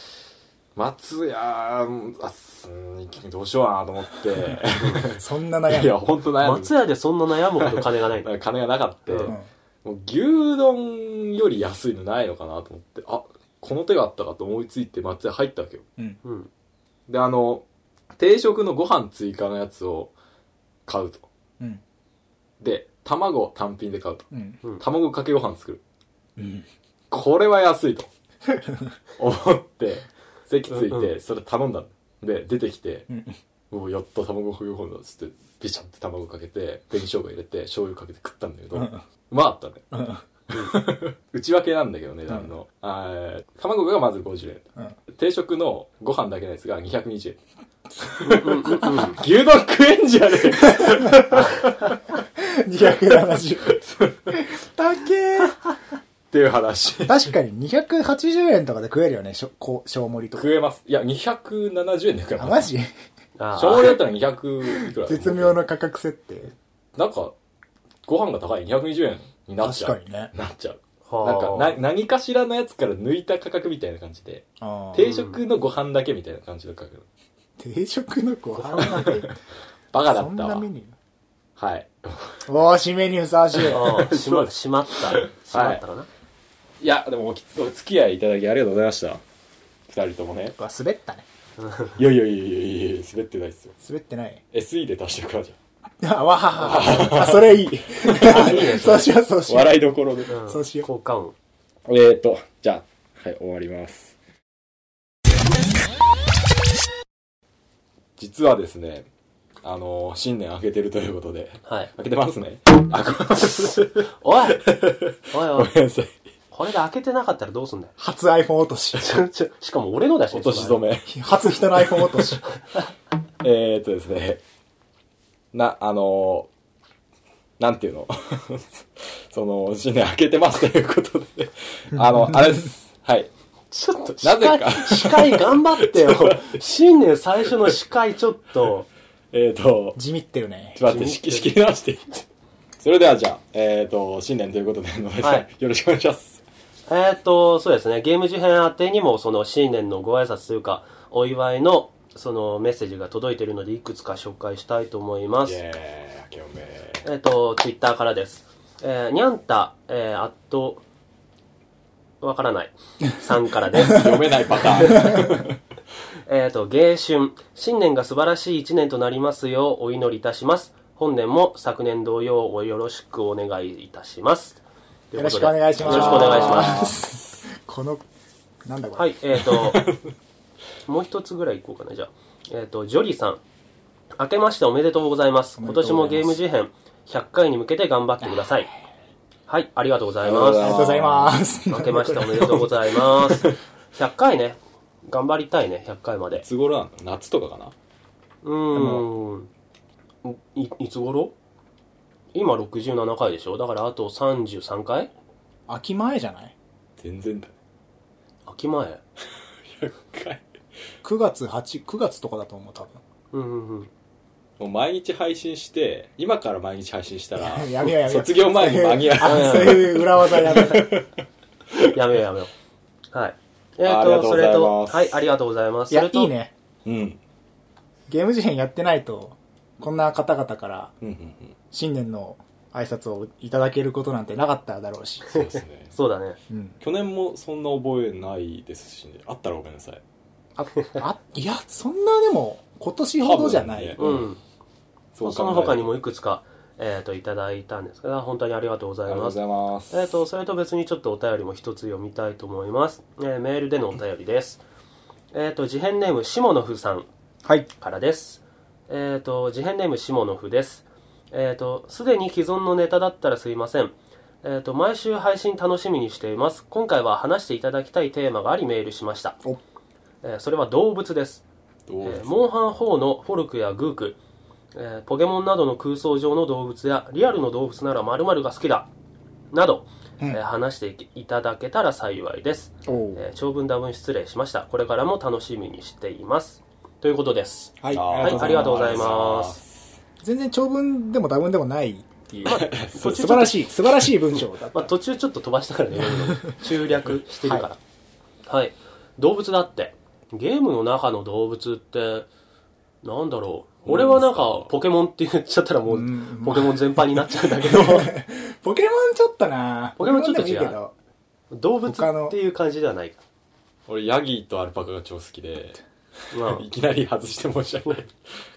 Speaker 1: 松屋うんあすうんどうしようかなと思っ
Speaker 3: そんな
Speaker 1: て
Speaker 3: 悩
Speaker 1: いや
Speaker 3: み。
Speaker 1: 本当悩む
Speaker 2: 松屋でそんな悩むほど金がない
Speaker 1: だ
Speaker 2: の。
Speaker 1: から金がなかった、
Speaker 2: うん
Speaker 3: うん
Speaker 1: もう牛丼より安いのないのかなと思ってあこの手があったかと思いついて松屋入ったわけよ
Speaker 3: うん。
Speaker 2: うん。
Speaker 1: であの定食のご飯追加のやつを買うと
Speaker 3: うん。
Speaker 1: で卵単品で買うと
Speaker 3: うん。
Speaker 1: 卵かけご飯作る
Speaker 3: うん。
Speaker 1: これは安 いと思って席つい
Speaker 2: うんう
Speaker 1: てそれ頼んだので出てきて
Speaker 3: うん。
Speaker 1: もうやっと卵かけご飯だっつってビシャって卵かけて紅生姜入れて醤油かけて食ったんだけど
Speaker 3: う
Speaker 1: うんまかったね
Speaker 3: うん。
Speaker 1: 内訳なんだけど値段のあー卵がまず50円
Speaker 3: うん。
Speaker 1: 定食のご飯だけのやつが220円
Speaker 2: うんうんうん。
Speaker 1: 牛丼食えんじゃねえ
Speaker 3: 270。高え。
Speaker 1: っていう話
Speaker 3: 確かに280円とかで食えるよね、しょ、こう、小盛りとか
Speaker 1: 食。えますいや270円だか
Speaker 3: あ、
Speaker 1: ら
Speaker 3: マジ
Speaker 2: あ
Speaker 1: 醤油だったら200いくらだと思うけど
Speaker 3: 絶妙な価格設定。
Speaker 1: なんかご飯が高い220円になっ
Speaker 3: 確
Speaker 1: ちゃ
Speaker 3: か
Speaker 1: う
Speaker 3: にね。
Speaker 1: なっちゃうなんか
Speaker 2: はあ
Speaker 1: な何かしらのやつから抜いた価格みたいな感じで
Speaker 3: あー
Speaker 1: 定食のご飯だけみたいな感じの価格
Speaker 3: 定食のご飯
Speaker 1: バカだ
Speaker 3: そ
Speaker 1: っ
Speaker 3: ん
Speaker 1: た
Speaker 3: な
Speaker 1: わ
Speaker 3: メニュー
Speaker 1: はい
Speaker 3: おー、締めにふさわしい。
Speaker 2: ああ、 しま、しまった。しまったかな。
Speaker 1: いやでもおきお付き合いいただきありがとうございました二人ともね
Speaker 3: うわ、滑ったね。
Speaker 1: いやいやいやいやいやいや滑ってないっすよ
Speaker 3: 滑ってない。
Speaker 1: SE で足してくわじ
Speaker 3: あ、わはは。あ、それいい。そうしよう、そう
Speaker 1: ゃ
Speaker 3: し
Speaker 1: ん
Speaker 3: よ
Speaker 1: 笑いどころで
Speaker 2: ん
Speaker 3: そうしよう
Speaker 2: 効果音。
Speaker 1: えーとじゃあはい終わります実はですねあのー新年明けてるということで
Speaker 2: はい。
Speaker 1: 開けてます ね。あ、ごめんなさい。
Speaker 2: おいおいおい、
Speaker 1: ごめんなさい。
Speaker 2: これで開けてなかったらどうすんだよ
Speaker 3: う。。初 iPhone 落とし。
Speaker 2: ちょちょしかも俺のだしね。
Speaker 1: 落とし染め。
Speaker 3: 初人の iPhone 落とし。
Speaker 1: えーっとですね。な、あのーなんていうの その、新年明けてますということ で、あの、あれです。はい。
Speaker 2: ちょっと、
Speaker 1: なぜか
Speaker 2: 司会、司会頑張って よ。新年最初の司会ちょっと、
Speaker 1: えっ、ー、と、
Speaker 3: 地味ってるね
Speaker 1: ちょっと待って、仕切仕切り直して。それではじゃあ、えっ、ー、と、新年ということで、野田さん、
Speaker 2: はい
Speaker 1: よろしくお願いします。
Speaker 2: えーっと、そうですね、ゲーム事変宛てにも、その新年のご挨拶というか、お祝いの、そのメッセージが届いているので、いくつか紹介したいと思いま
Speaker 1: イ
Speaker 2: す。
Speaker 1: ェーイ、明けおめ。
Speaker 2: えーっと、ツイッターからです。えー、にゃんた、えー、あっと、わからない。さんからです。
Speaker 1: 読めないパタ ーン。
Speaker 2: えー、と、芸春。新年が素晴らしい一年となりますようお祈りいたします。本年も昨年同様およろしくお願いいたします。
Speaker 3: よろしくお願いします
Speaker 2: よろしくお願いします。
Speaker 3: このなんだこれ、
Speaker 2: はい、えー、と、 もう一つぐらい行こうかな、じゃあ。えー、と、ジョリーさん。明けましておめでとうございます。
Speaker 3: おめ
Speaker 2: 今
Speaker 3: でとうござ
Speaker 2: 年
Speaker 3: いま
Speaker 2: も
Speaker 3: す
Speaker 2: ゲーム事変100回に向けて頑張ってください。はい、ありがとうございま
Speaker 1: あり
Speaker 2: す
Speaker 1: が
Speaker 3: ありがとうございます
Speaker 2: 明けましておめでとうございます。100回ね。頑張りたいね、100回まで
Speaker 1: い。つ頃なの夏とかかな
Speaker 2: うーんいいつ頃今67回でしょだからあと33回
Speaker 3: 秋前じゃない
Speaker 1: 全然だ。
Speaker 2: 秋前
Speaker 1: 100回。
Speaker 3: 9月89月とかだと思う多
Speaker 2: うんうん
Speaker 1: もう毎日配信して、今から毎日配信したら、
Speaker 3: 分やめようやめよう
Speaker 1: 卒業前に間に合う
Speaker 3: そういうあそういう裏技やめよう
Speaker 2: うん やめようやめようはいえ
Speaker 1: あ
Speaker 2: ー
Speaker 1: りがとうございます
Speaker 2: はいありがとうございます
Speaker 3: いや
Speaker 2: そ
Speaker 3: い
Speaker 2: れと
Speaker 3: いね
Speaker 1: うん。
Speaker 3: ゲーム事変やってないとこんな方々から
Speaker 1: うんうんうん。
Speaker 3: 新年の挨拶をいただけることなんてなかっただろうし、
Speaker 1: そうですね。
Speaker 2: そうだね
Speaker 3: うん、
Speaker 1: 去年もそんな覚えないですし、ね、あったらごめんなさい。
Speaker 3: ああいやそんなでも今年ほどじゃない、
Speaker 1: 多分ね
Speaker 2: うん、
Speaker 1: そ
Speaker 2: その他にも
Speaker 1: あ
Speaker 2: いくつかえっ、といただいたんですが本当にありがとうござ
Speaker 1: り
Speaker 2: い
Speaker 1: がとう
Speaker 2: ま
Speaker 1: ご
Speaker 2: す
Speaker 1: ざいます。
Speaker 2: えー、とそれと別にちょっとお便りも一つ読みたいと思います、えーメールでのお便りですえっ、と事変ネーム下野夫さん
Speaker 3: はい
Speaker 2: からです。えっ、と、事変ネーム下野夫です。えっ、と、すでに既存のネタだったらすいません。えっ、と、毎週配信楽しみにしています。今回は話していただきたいテーマがありメールしました
Speaker 3: お。
Speaker 2: えーそれは動物です。
Speaker 1: どう
Speaker 2: え
Speaker 1: です
Speaker 2: ー
Speaker 1: か
Speaker 2: モンハン4のフォルクやグーク、えーポケモンなどの空想上の動物やリアルの動物なら〇〇が好きだ、など、えー話していけいただけたら幸いです。
Speaker 3: おう
Speaker 2: えー長文多文失礼しました。これからも楽しみにしています。ということです。
Speaker 3: はい
Speaker 2: はいありがとうございます。
Speaker 3: 全然長文でも多文でもないって いう、
Speaker 2: 途
Speaker 3: 素
Speaker 2: 中ちょっと
Speaker 3: 晴らしい素晴らしい文章だった、
Speaker 2: まあ、途中ちょっと飛ばした からね、中略してるから。はい、動物だって。ゲームの中の動物って、なんだろう。俺はなんか、ポケモンって言っちゃったらもう、ポケモン全般になっちゃうんだけど、
Speaker 3: ポケモンちょっとな
Speaker 2: ポケモンちょっと違う
Speaker 3: ポケモンでもいいけど
Speaker 2: 動物っていう感じではないか。
Speaker 1: 俺、ヤギとアルパカが超好きで、
Speaker 2: まあ
Speaker 1: いきなり外して申し訳ない。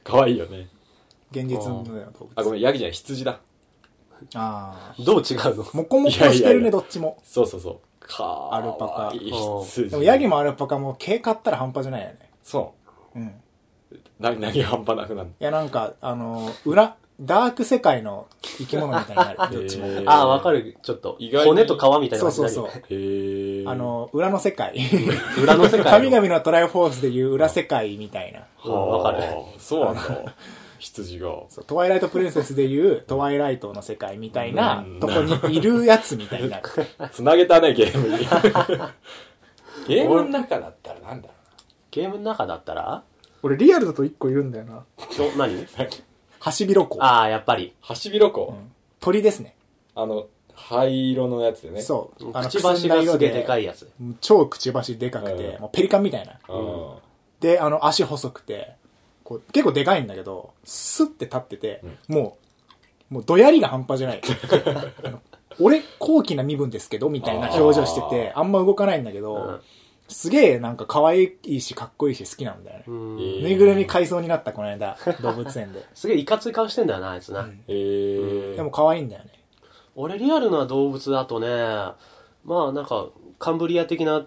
Speaker 1: 可愛いよね。
Speaker 3: 現実のような動物
Speaker 1: あ、ごめん、ヤギじゃない、羊だ。
Speaker 3: ああ
Speaker 2: どう違うの
Speaker 3: もこもこ
Speaker 1: い
Speaker 3: して
Speaker 1: やい
Speaker 3: る
Speaker 1: やいや
Speaker 3: ねどっちも
Speaker 1: そうそうそう。か
Speaker 3: アルパカ
Speaker 1: いい
Speaker 2: おう
Speaker 1: 羊。
Speaker 3: でもヤギ。もアルパカも毛買ったら半端じゃないよね
Speaker 1: そ。
Speaker 3: うんいう
Speaker 1: な、何が半端なくなる
Speaker 3: やなんかあの裏ダーク世界の生き物みたいになるどっちも、
Speaker 1: へー
Speaker 2: ああ、わかる。ちょっと
Speaker 1: 意外。に
Speaker 2: 骨と皮みたいな
Speaker 3: そう
Speaker 2: 感じ
Speaker 3: そう
Speaker 2: になるよ
Speaker 3: そう
Speaker 2: ね
Speaker 1: へー。
Speaker 3: あ、の裏の世界
Speaker 2: 裏の世界
Speaker 3: 神
Speaker 2: の。
Speaker 3: 々のトライフォースでいう裏世界みたいな
Speaker 1: は
Speaker 2: うんわかる。
Speaker 1: あ。そうなんだ。羊が。
Speaker 3: そうトワイライトプリンセスでいうトワイライトの世界みたいな
Speaker 1: うん
Speaker 3: とこにいるやつみたいな
Speaker 1: つなげたね、ゲー ムに。ゲームの中だったらなんだろ
Speaker 2: ゲームの中だったら
Speaker 3: 俺リアルだと一個いるんだよな
Speaker 2: ど、何
Speaker 3: ハシビロコウ
Speaker 2: ああ、やっぱり。
Speaker 1: う。ハシビロコ
Speaker 3: うん鳥ですね
Speaker 1: ウ。あの、灰色のやつでね。
Speaker 3: そう
Speaker 2: くちばしがすげえでかいやつ。
Speaker 3: 超くちばしでかくて、
Speaker 1: うん
Speaker 3: もうペリカンみたいな
Speaker 1: うん。
Speaker 3: であの足細くてこう結構でかいんだけどスッて立ってて、もうもうどやりが半端じゃない あの俺高貴な身分ですけどみたいな表情しててあんま動かないんだけど、
Speaker 2: うん
Speaker 3: すげえなんか可愛いしかっこいいし好きなんだよね、
Speaker 2: うん
Speaker 1: えー
Speaker 3: ぬいぐるみ改装になったこの間動物 園で
Speaker 2: すげえいかつい顔してんだよな、あいつな。
Speaker 1: えー。
Speaker 3: でも可愛いんだよね
Speaker 2: 俺リアルな動物だとね、まあなんか、カンブリア的な、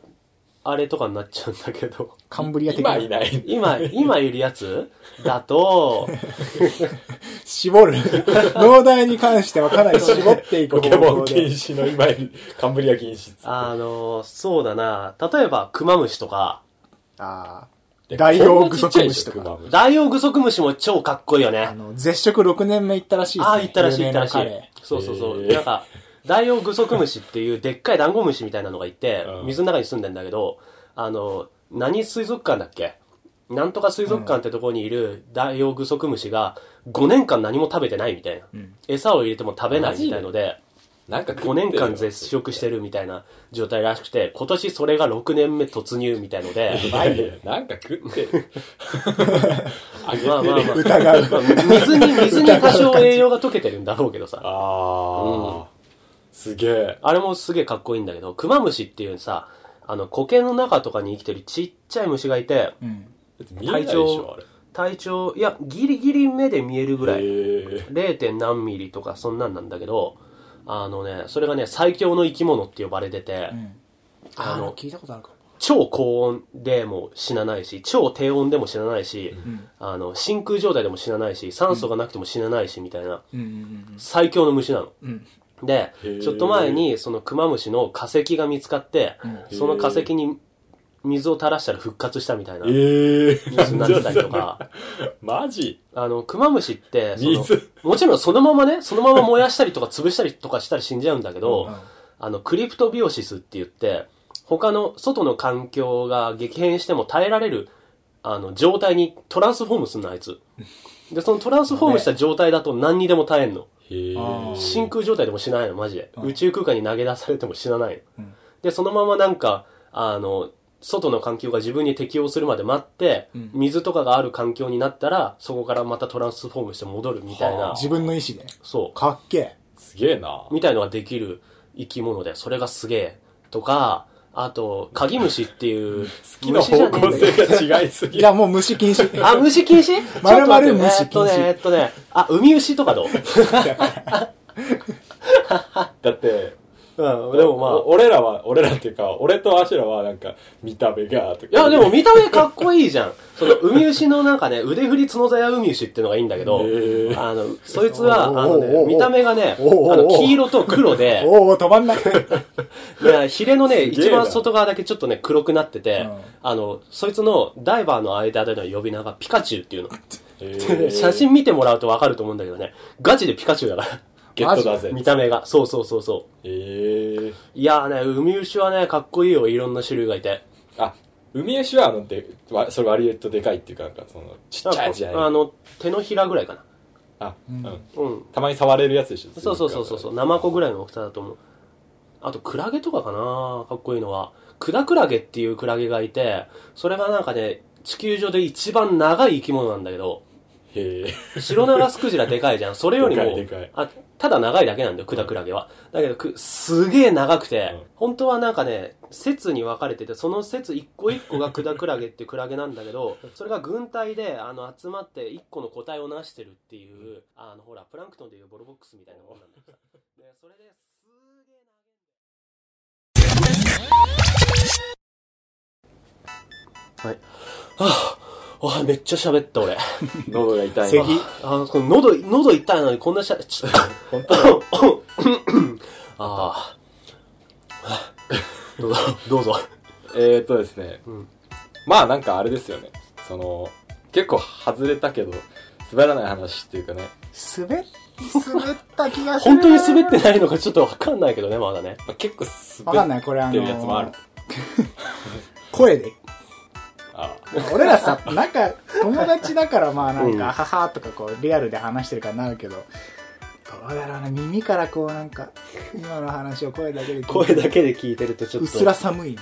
Speaker 2: あれとかになっちゃうんだけど。
Speaker 3: カンブリア的
Speaker 1: 今
Speaker 3: ない
Speaker 1: ない。
Speaker 2: 今、今いるやつだと、
Speaker 3: 絞る 農大に関してはかなり絞ってい
Speaker 1: ポ
Speaker 3: く方
Speaker 1: ケモ
Speaker 3: 向
Speaker 1: ン禁
Speaker 3: で
Speaker 1: 止の今いる、カンブリア禁止っつって。
Speaker 2: あの、そうだな、例えばクマムシとか、
Speaker 3: ああ
Speaker 1: って。
Speaker 3: ダイオウグソクムシとか
Speaker 1: か
Speaker 2: ダイオウグソクムシも超かっこいいよ
Speaker 3: あ
Speaker 2: ね。
Speaker 3: の、絶食6年目行ったらしいですね。
Speaker 2: ああ、行ったらしい、行
Speaker 3: 有名
Speaker 2: った
Speaker 3: な
Speaker 2: らしい
Speaker 3: カレ。
Speaker 2: そうそうそう。
Speaker 1: へー
Speaker 2: なんか、ダイオウグソクムシっていうでっかいダンゴムシみたいなのがいて
Speaker 1: う、ん
Speaker 2: 水の中に住んでんだけど、あの、何水族館だっけなんとか水族館ってとこにいるダイオウグソクムシが5年間何も食べてないみたいな。
Speaker 3: ん
Speaker 2: 餌を入れても食べないみたいので、
Speaker 1: なんか
Speaker 2: 5年間絶食してるみたいな状態らしくて、今年それが6年目突入みたいので、
Speaker 1: いやいやなんか食って る。あげてる。
Speaker 2: まあまあまあ、
Speaker 3: 疑う。
Speaker 2: 水に、水に多少栄養が溶けてるんだろうけどさ。
Speaker 1: あー、すげえ。
Speaker 2: あれもすげえかっこいいんだけど、クマムシっていうさ、あの、苔の中とかに生きてるちっちゃい虫がいて、
Speaker 3: うん。
Speaker 1: 見えないでしょ、あれ。
Speaker 2: 体長、いや、ギリギリ目で見えるぐら
Speaker 1: え
Speaker 2: い、0. 点何ミリとかそんなんなんだけど、あのね、それがね、最強の生き物って呼ばれてて、
Speaker 3: ん
Speaker 2: あの
Speaker 3: ー聞いたことあるかも。
Speaker 2: 超高温でも死なないし、超低温でも死なないし、
Speaker 3: ん
Speaker 2: あの、真空状態でも死なないし、酸素がなくても死なないし、みたいな、
Speaker 3: うんうん
Speaker 2: 最強の虫なの。
Speaker 3: うんうん。
Speaker 2: で
Speaker 1: へー、
Speaker 2: ちょっと前にそのクマムシの化石が見つかって、その化石に水を垂らしたら復活したみたいな
Speaker 1: え。ええ
Speaker 2: ニュースになってたり
Speaker 1: な
Speaker 2: と。
Speaker 1: んじ
Speaker 2: か、
Speaker 1: ゃそれマジ
Speaker 2: あの、クマムシって、その
Speaker 1: 水、
Speaker 2: もちろんそのままね、そのまま燃やしたりとか潰したりとかしたら死んじゃうんだけど、あの、クリプトビオシスって言って、他の外の環境が激変しても耐えられる、あの、状態にトランスフォームすんの、あいつ。で、そのトランスフォームした状態だと何にでも耐えんの。
Speaker 1: へえ。
Speaker 3: あー
Speaker 2: 真空状態でも死なないのマジで、
Speaker 3: うん
Speaker 2: 宇宙空間に投げ出されても死なないの、
Speaker 3: うん
Speaker 2: でそのままなんかあの外の環境が自分に適応するまで待って、
Speaker 3: うん
Speaker 2: 水とかがある環境になったらそこからまたトランスフォームして戻るみたいな、
Speaker 1: はあ
Speaker 3: 自分の意思で。
Speaker 2: そ
Speaker 3: かっけえ。
Speaker 1: すげえな
Speaker 2: う。みたいのができる生き物でそれがすげえとかあとカギムシっていう
Speaker 1: 好きな
Speaker 2: 虫じゃ
Speaker 1: 方
Speaker 2: ねえん
Speaker 1: 向
Speaker 2: だけど
Speaker 1: 性が違いすぎ
Speaker 3: い
Speaker 1: る。
Speaker 3: や、もう虫禁止。
Speaker 2: あ、虫禁止
Speaker 3: まるま
Speaker 2: ち
Speaker 3: る
Speaker 2: ょっと待って
Speaker 3: 虫禁止
Speaker 2: えーっとね、えーっとね、あ、海牛とかどう
Speaker 1: だって、
Speaker 2: うん、でもまあ
Speaker 1: お。俺らは、俺らっていうか、俺とアシュラはなんか、見た目が、とか。
Speaker 2: いや、でも見た目かっこいいじゃん。その、海牛のなんかね、腕振り角鞘海牛っていうのがいいんだけど、
Speaker 1: へー
Speaker 2: あの、そいつは、あ
Speaker 3: おー
Speaker 2: の
Speaker 3: おー
Speaker 2: ね、見た目がね、あ
Speaker 3: おーおー
Speaker 2: の、黄色と黒で、
Speaker 3: おお、止まんない。
Speaker 2: いやヒレのね、
Speaker 1: すげえな
Speaker 2: 一番外側だけちょっとね、黒くなってて、
Speaker 3: うん
Speaker 2: あの、そいつのダイバーの間での呼び名がピカチュウっていうの。
Speaker 1: へー
Speaker 2: 写真見てもらうとわかると思うんだけどね、ガチでピカチュウだか
Speaker 1: ゲットだぜ
Speaker 2: ら、。見た目が。そうそうそうそう。
Speaker 1: へえ。
Speaker 2: いやーね、海牛はね、かっこいいよ、いろんな種類がいて。
Speaker 1: あ、ウミエシはあの、で、わそれ割とでかいっていうか、なんか、その、ちっちゃいやつじゃない
Speaker 2: あの、手のひらぐらいかな。
Speaker 1: あ、うん。
Speaker 2: うん。
Speaker 1: たまに触れるやつでしょ。
Speaker 2: そうそうそうそうそう、ナマコぐらいの大きさだと思う。あと、クラゲとかかなかっこいいのは。クダクラゲっていうクラゲがいて、それがなんかね、地球上で一番長い生き物なんだけど、
Speaker 1: へえ。
Speaker 2: シロナガスクジラ でかいじゃん。それよりも、
Speaker 1: でかいでかい
Speaker 2: あただ長いだけなんだよ、クダクラゲは。だけどく、すげえ長くて、
Speaker 1: うん
Speaker 2: 本当はなんかね、説に分かれてて、その説一個一個がクダクラゲっていうクラゲなんだけど、それが軍隊であの集まって一個の個体を成してるっていう、あのほら、プランクトンでいうボルボックスみたいなもんなんだけどさ。でそれですげえ長いはい。はぁ、あ、めっちゃ喋った俺。
Speaker 1: 喉が痛い
Speaker 3: 咳
Speaker 1: な。
Speaker 2: あ、この喉、喉痛いのにこんなしゃ、ちょっと、
Speaker 1: 本当
Speaker 2: あ あ。どうぞ、どうぞ。
Speaker 1: えー、とですね、
Speaker 2: うん
Speaker 1: まあなんかあれですよねその結構外れたけど滑らない話っていうかね
Speaker 3: 滑っ、滑った気がする。
Speaker 2: 本当に滑ってないのかちょっとわかんないけどね、まだね。
Speaker 1: まあ結構
Speaker 3: わかん
Speaker 1: 滑
Speaker 3: ない、これあ
Speaker 1: ってるやつもある
Speaker 3: の、声で。
Speaker 1: あ
Speaker 3: 俺ら さ、なんか、友達だからまあな
Speaker 2: うんん
Speaker 3: か、ははとかこう、リアルで話してるからなるけど、どうだろうな、耳からこうなんか、今の話を声だけで聞いて
Speaker 2: 声だけで聞いてるとちょっと。
Speaker 3: うっすら寒いみ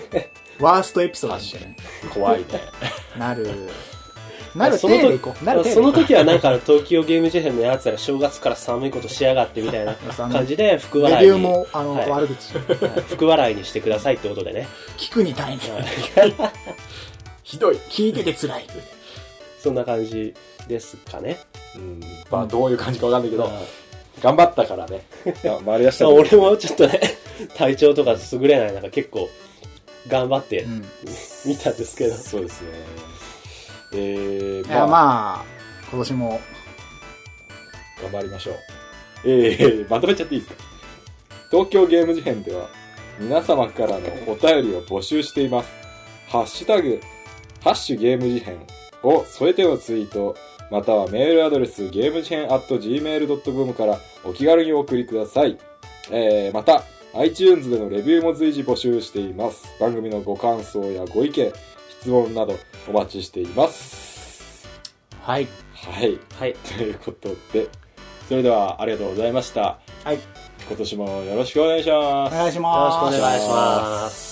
Speaker 3: たいな。ワーストエピソードみたい
Speaker 1: 怖 いね
Speaker 3: な。なる。なる
Speaker 2: そ
Speaker 3: 手
Speaker 2: の時
Speaker 3: でいこう。なる手でい
Speaker 2: そ
Speaker 3: こ
Speaker 2: の
Speaker 3: う。
Speaker 2: 時はなんか東京ゲーム事変のやつら正月から寒いことしやがってみたい な
Speaker 3: その
Speaker 2: 感じで福
Speaker 3: レ
Speaker 2: 笑い
Speaker 3: ビ
Speaker 2: に
Speaker 3: ューも、あの、
Speaker 2: はい
Speaker 3: 悪 口。
Speaker 2: はい福笑いにしてくださいってことでね
Speaker 3: 聞くに耐えない。
Speaker 1: ひどい、
Speaker 3: 聞いてて 辛い。
Speaker 2: そんな感じですかね
Speaker 1: うん、まあどういう感じかわかんないけど、
Speaker 2: はい
Speaker 1: 頑張ったから ね頑張り出した
Speaker 2: まあ
Speaker 1: から
Speaker 2: 俺もちょっとね 体調とか優れない中結構頑張って
Speaker 3: うん。
Speaker 2: 見たんですけど、
Speaker 1: そうですねえー、
Speaker 3: いや、まあ、今年も、
Speaker 1: 頑張りましょう。えー、まとめちゃっていいですか東京ゲーム事変では、皆様からのお便りを募集しています。ハッシュタグ、ハッシュゲーム事変を添えてのツイート、またはメールアドレスゲーム事変 at gmail.com からお気軽にお送りください。えー、また、iTunes でのレビューも随時募集しています。番組のご感想やご意見、質問などお待ちしています。
Speaker 3: はい。
Speaker 1: はい。
Speaker 2: はい。
Speaker 1: ということで、それではありがとうございました。
Speaker 3: はい。
Speaker 1: 今年もよろしくお願いします。
Speaker 3: お願いし
Speaker 2: よろしくお
Speaker 3: ます。
Speaker 2: 願いします。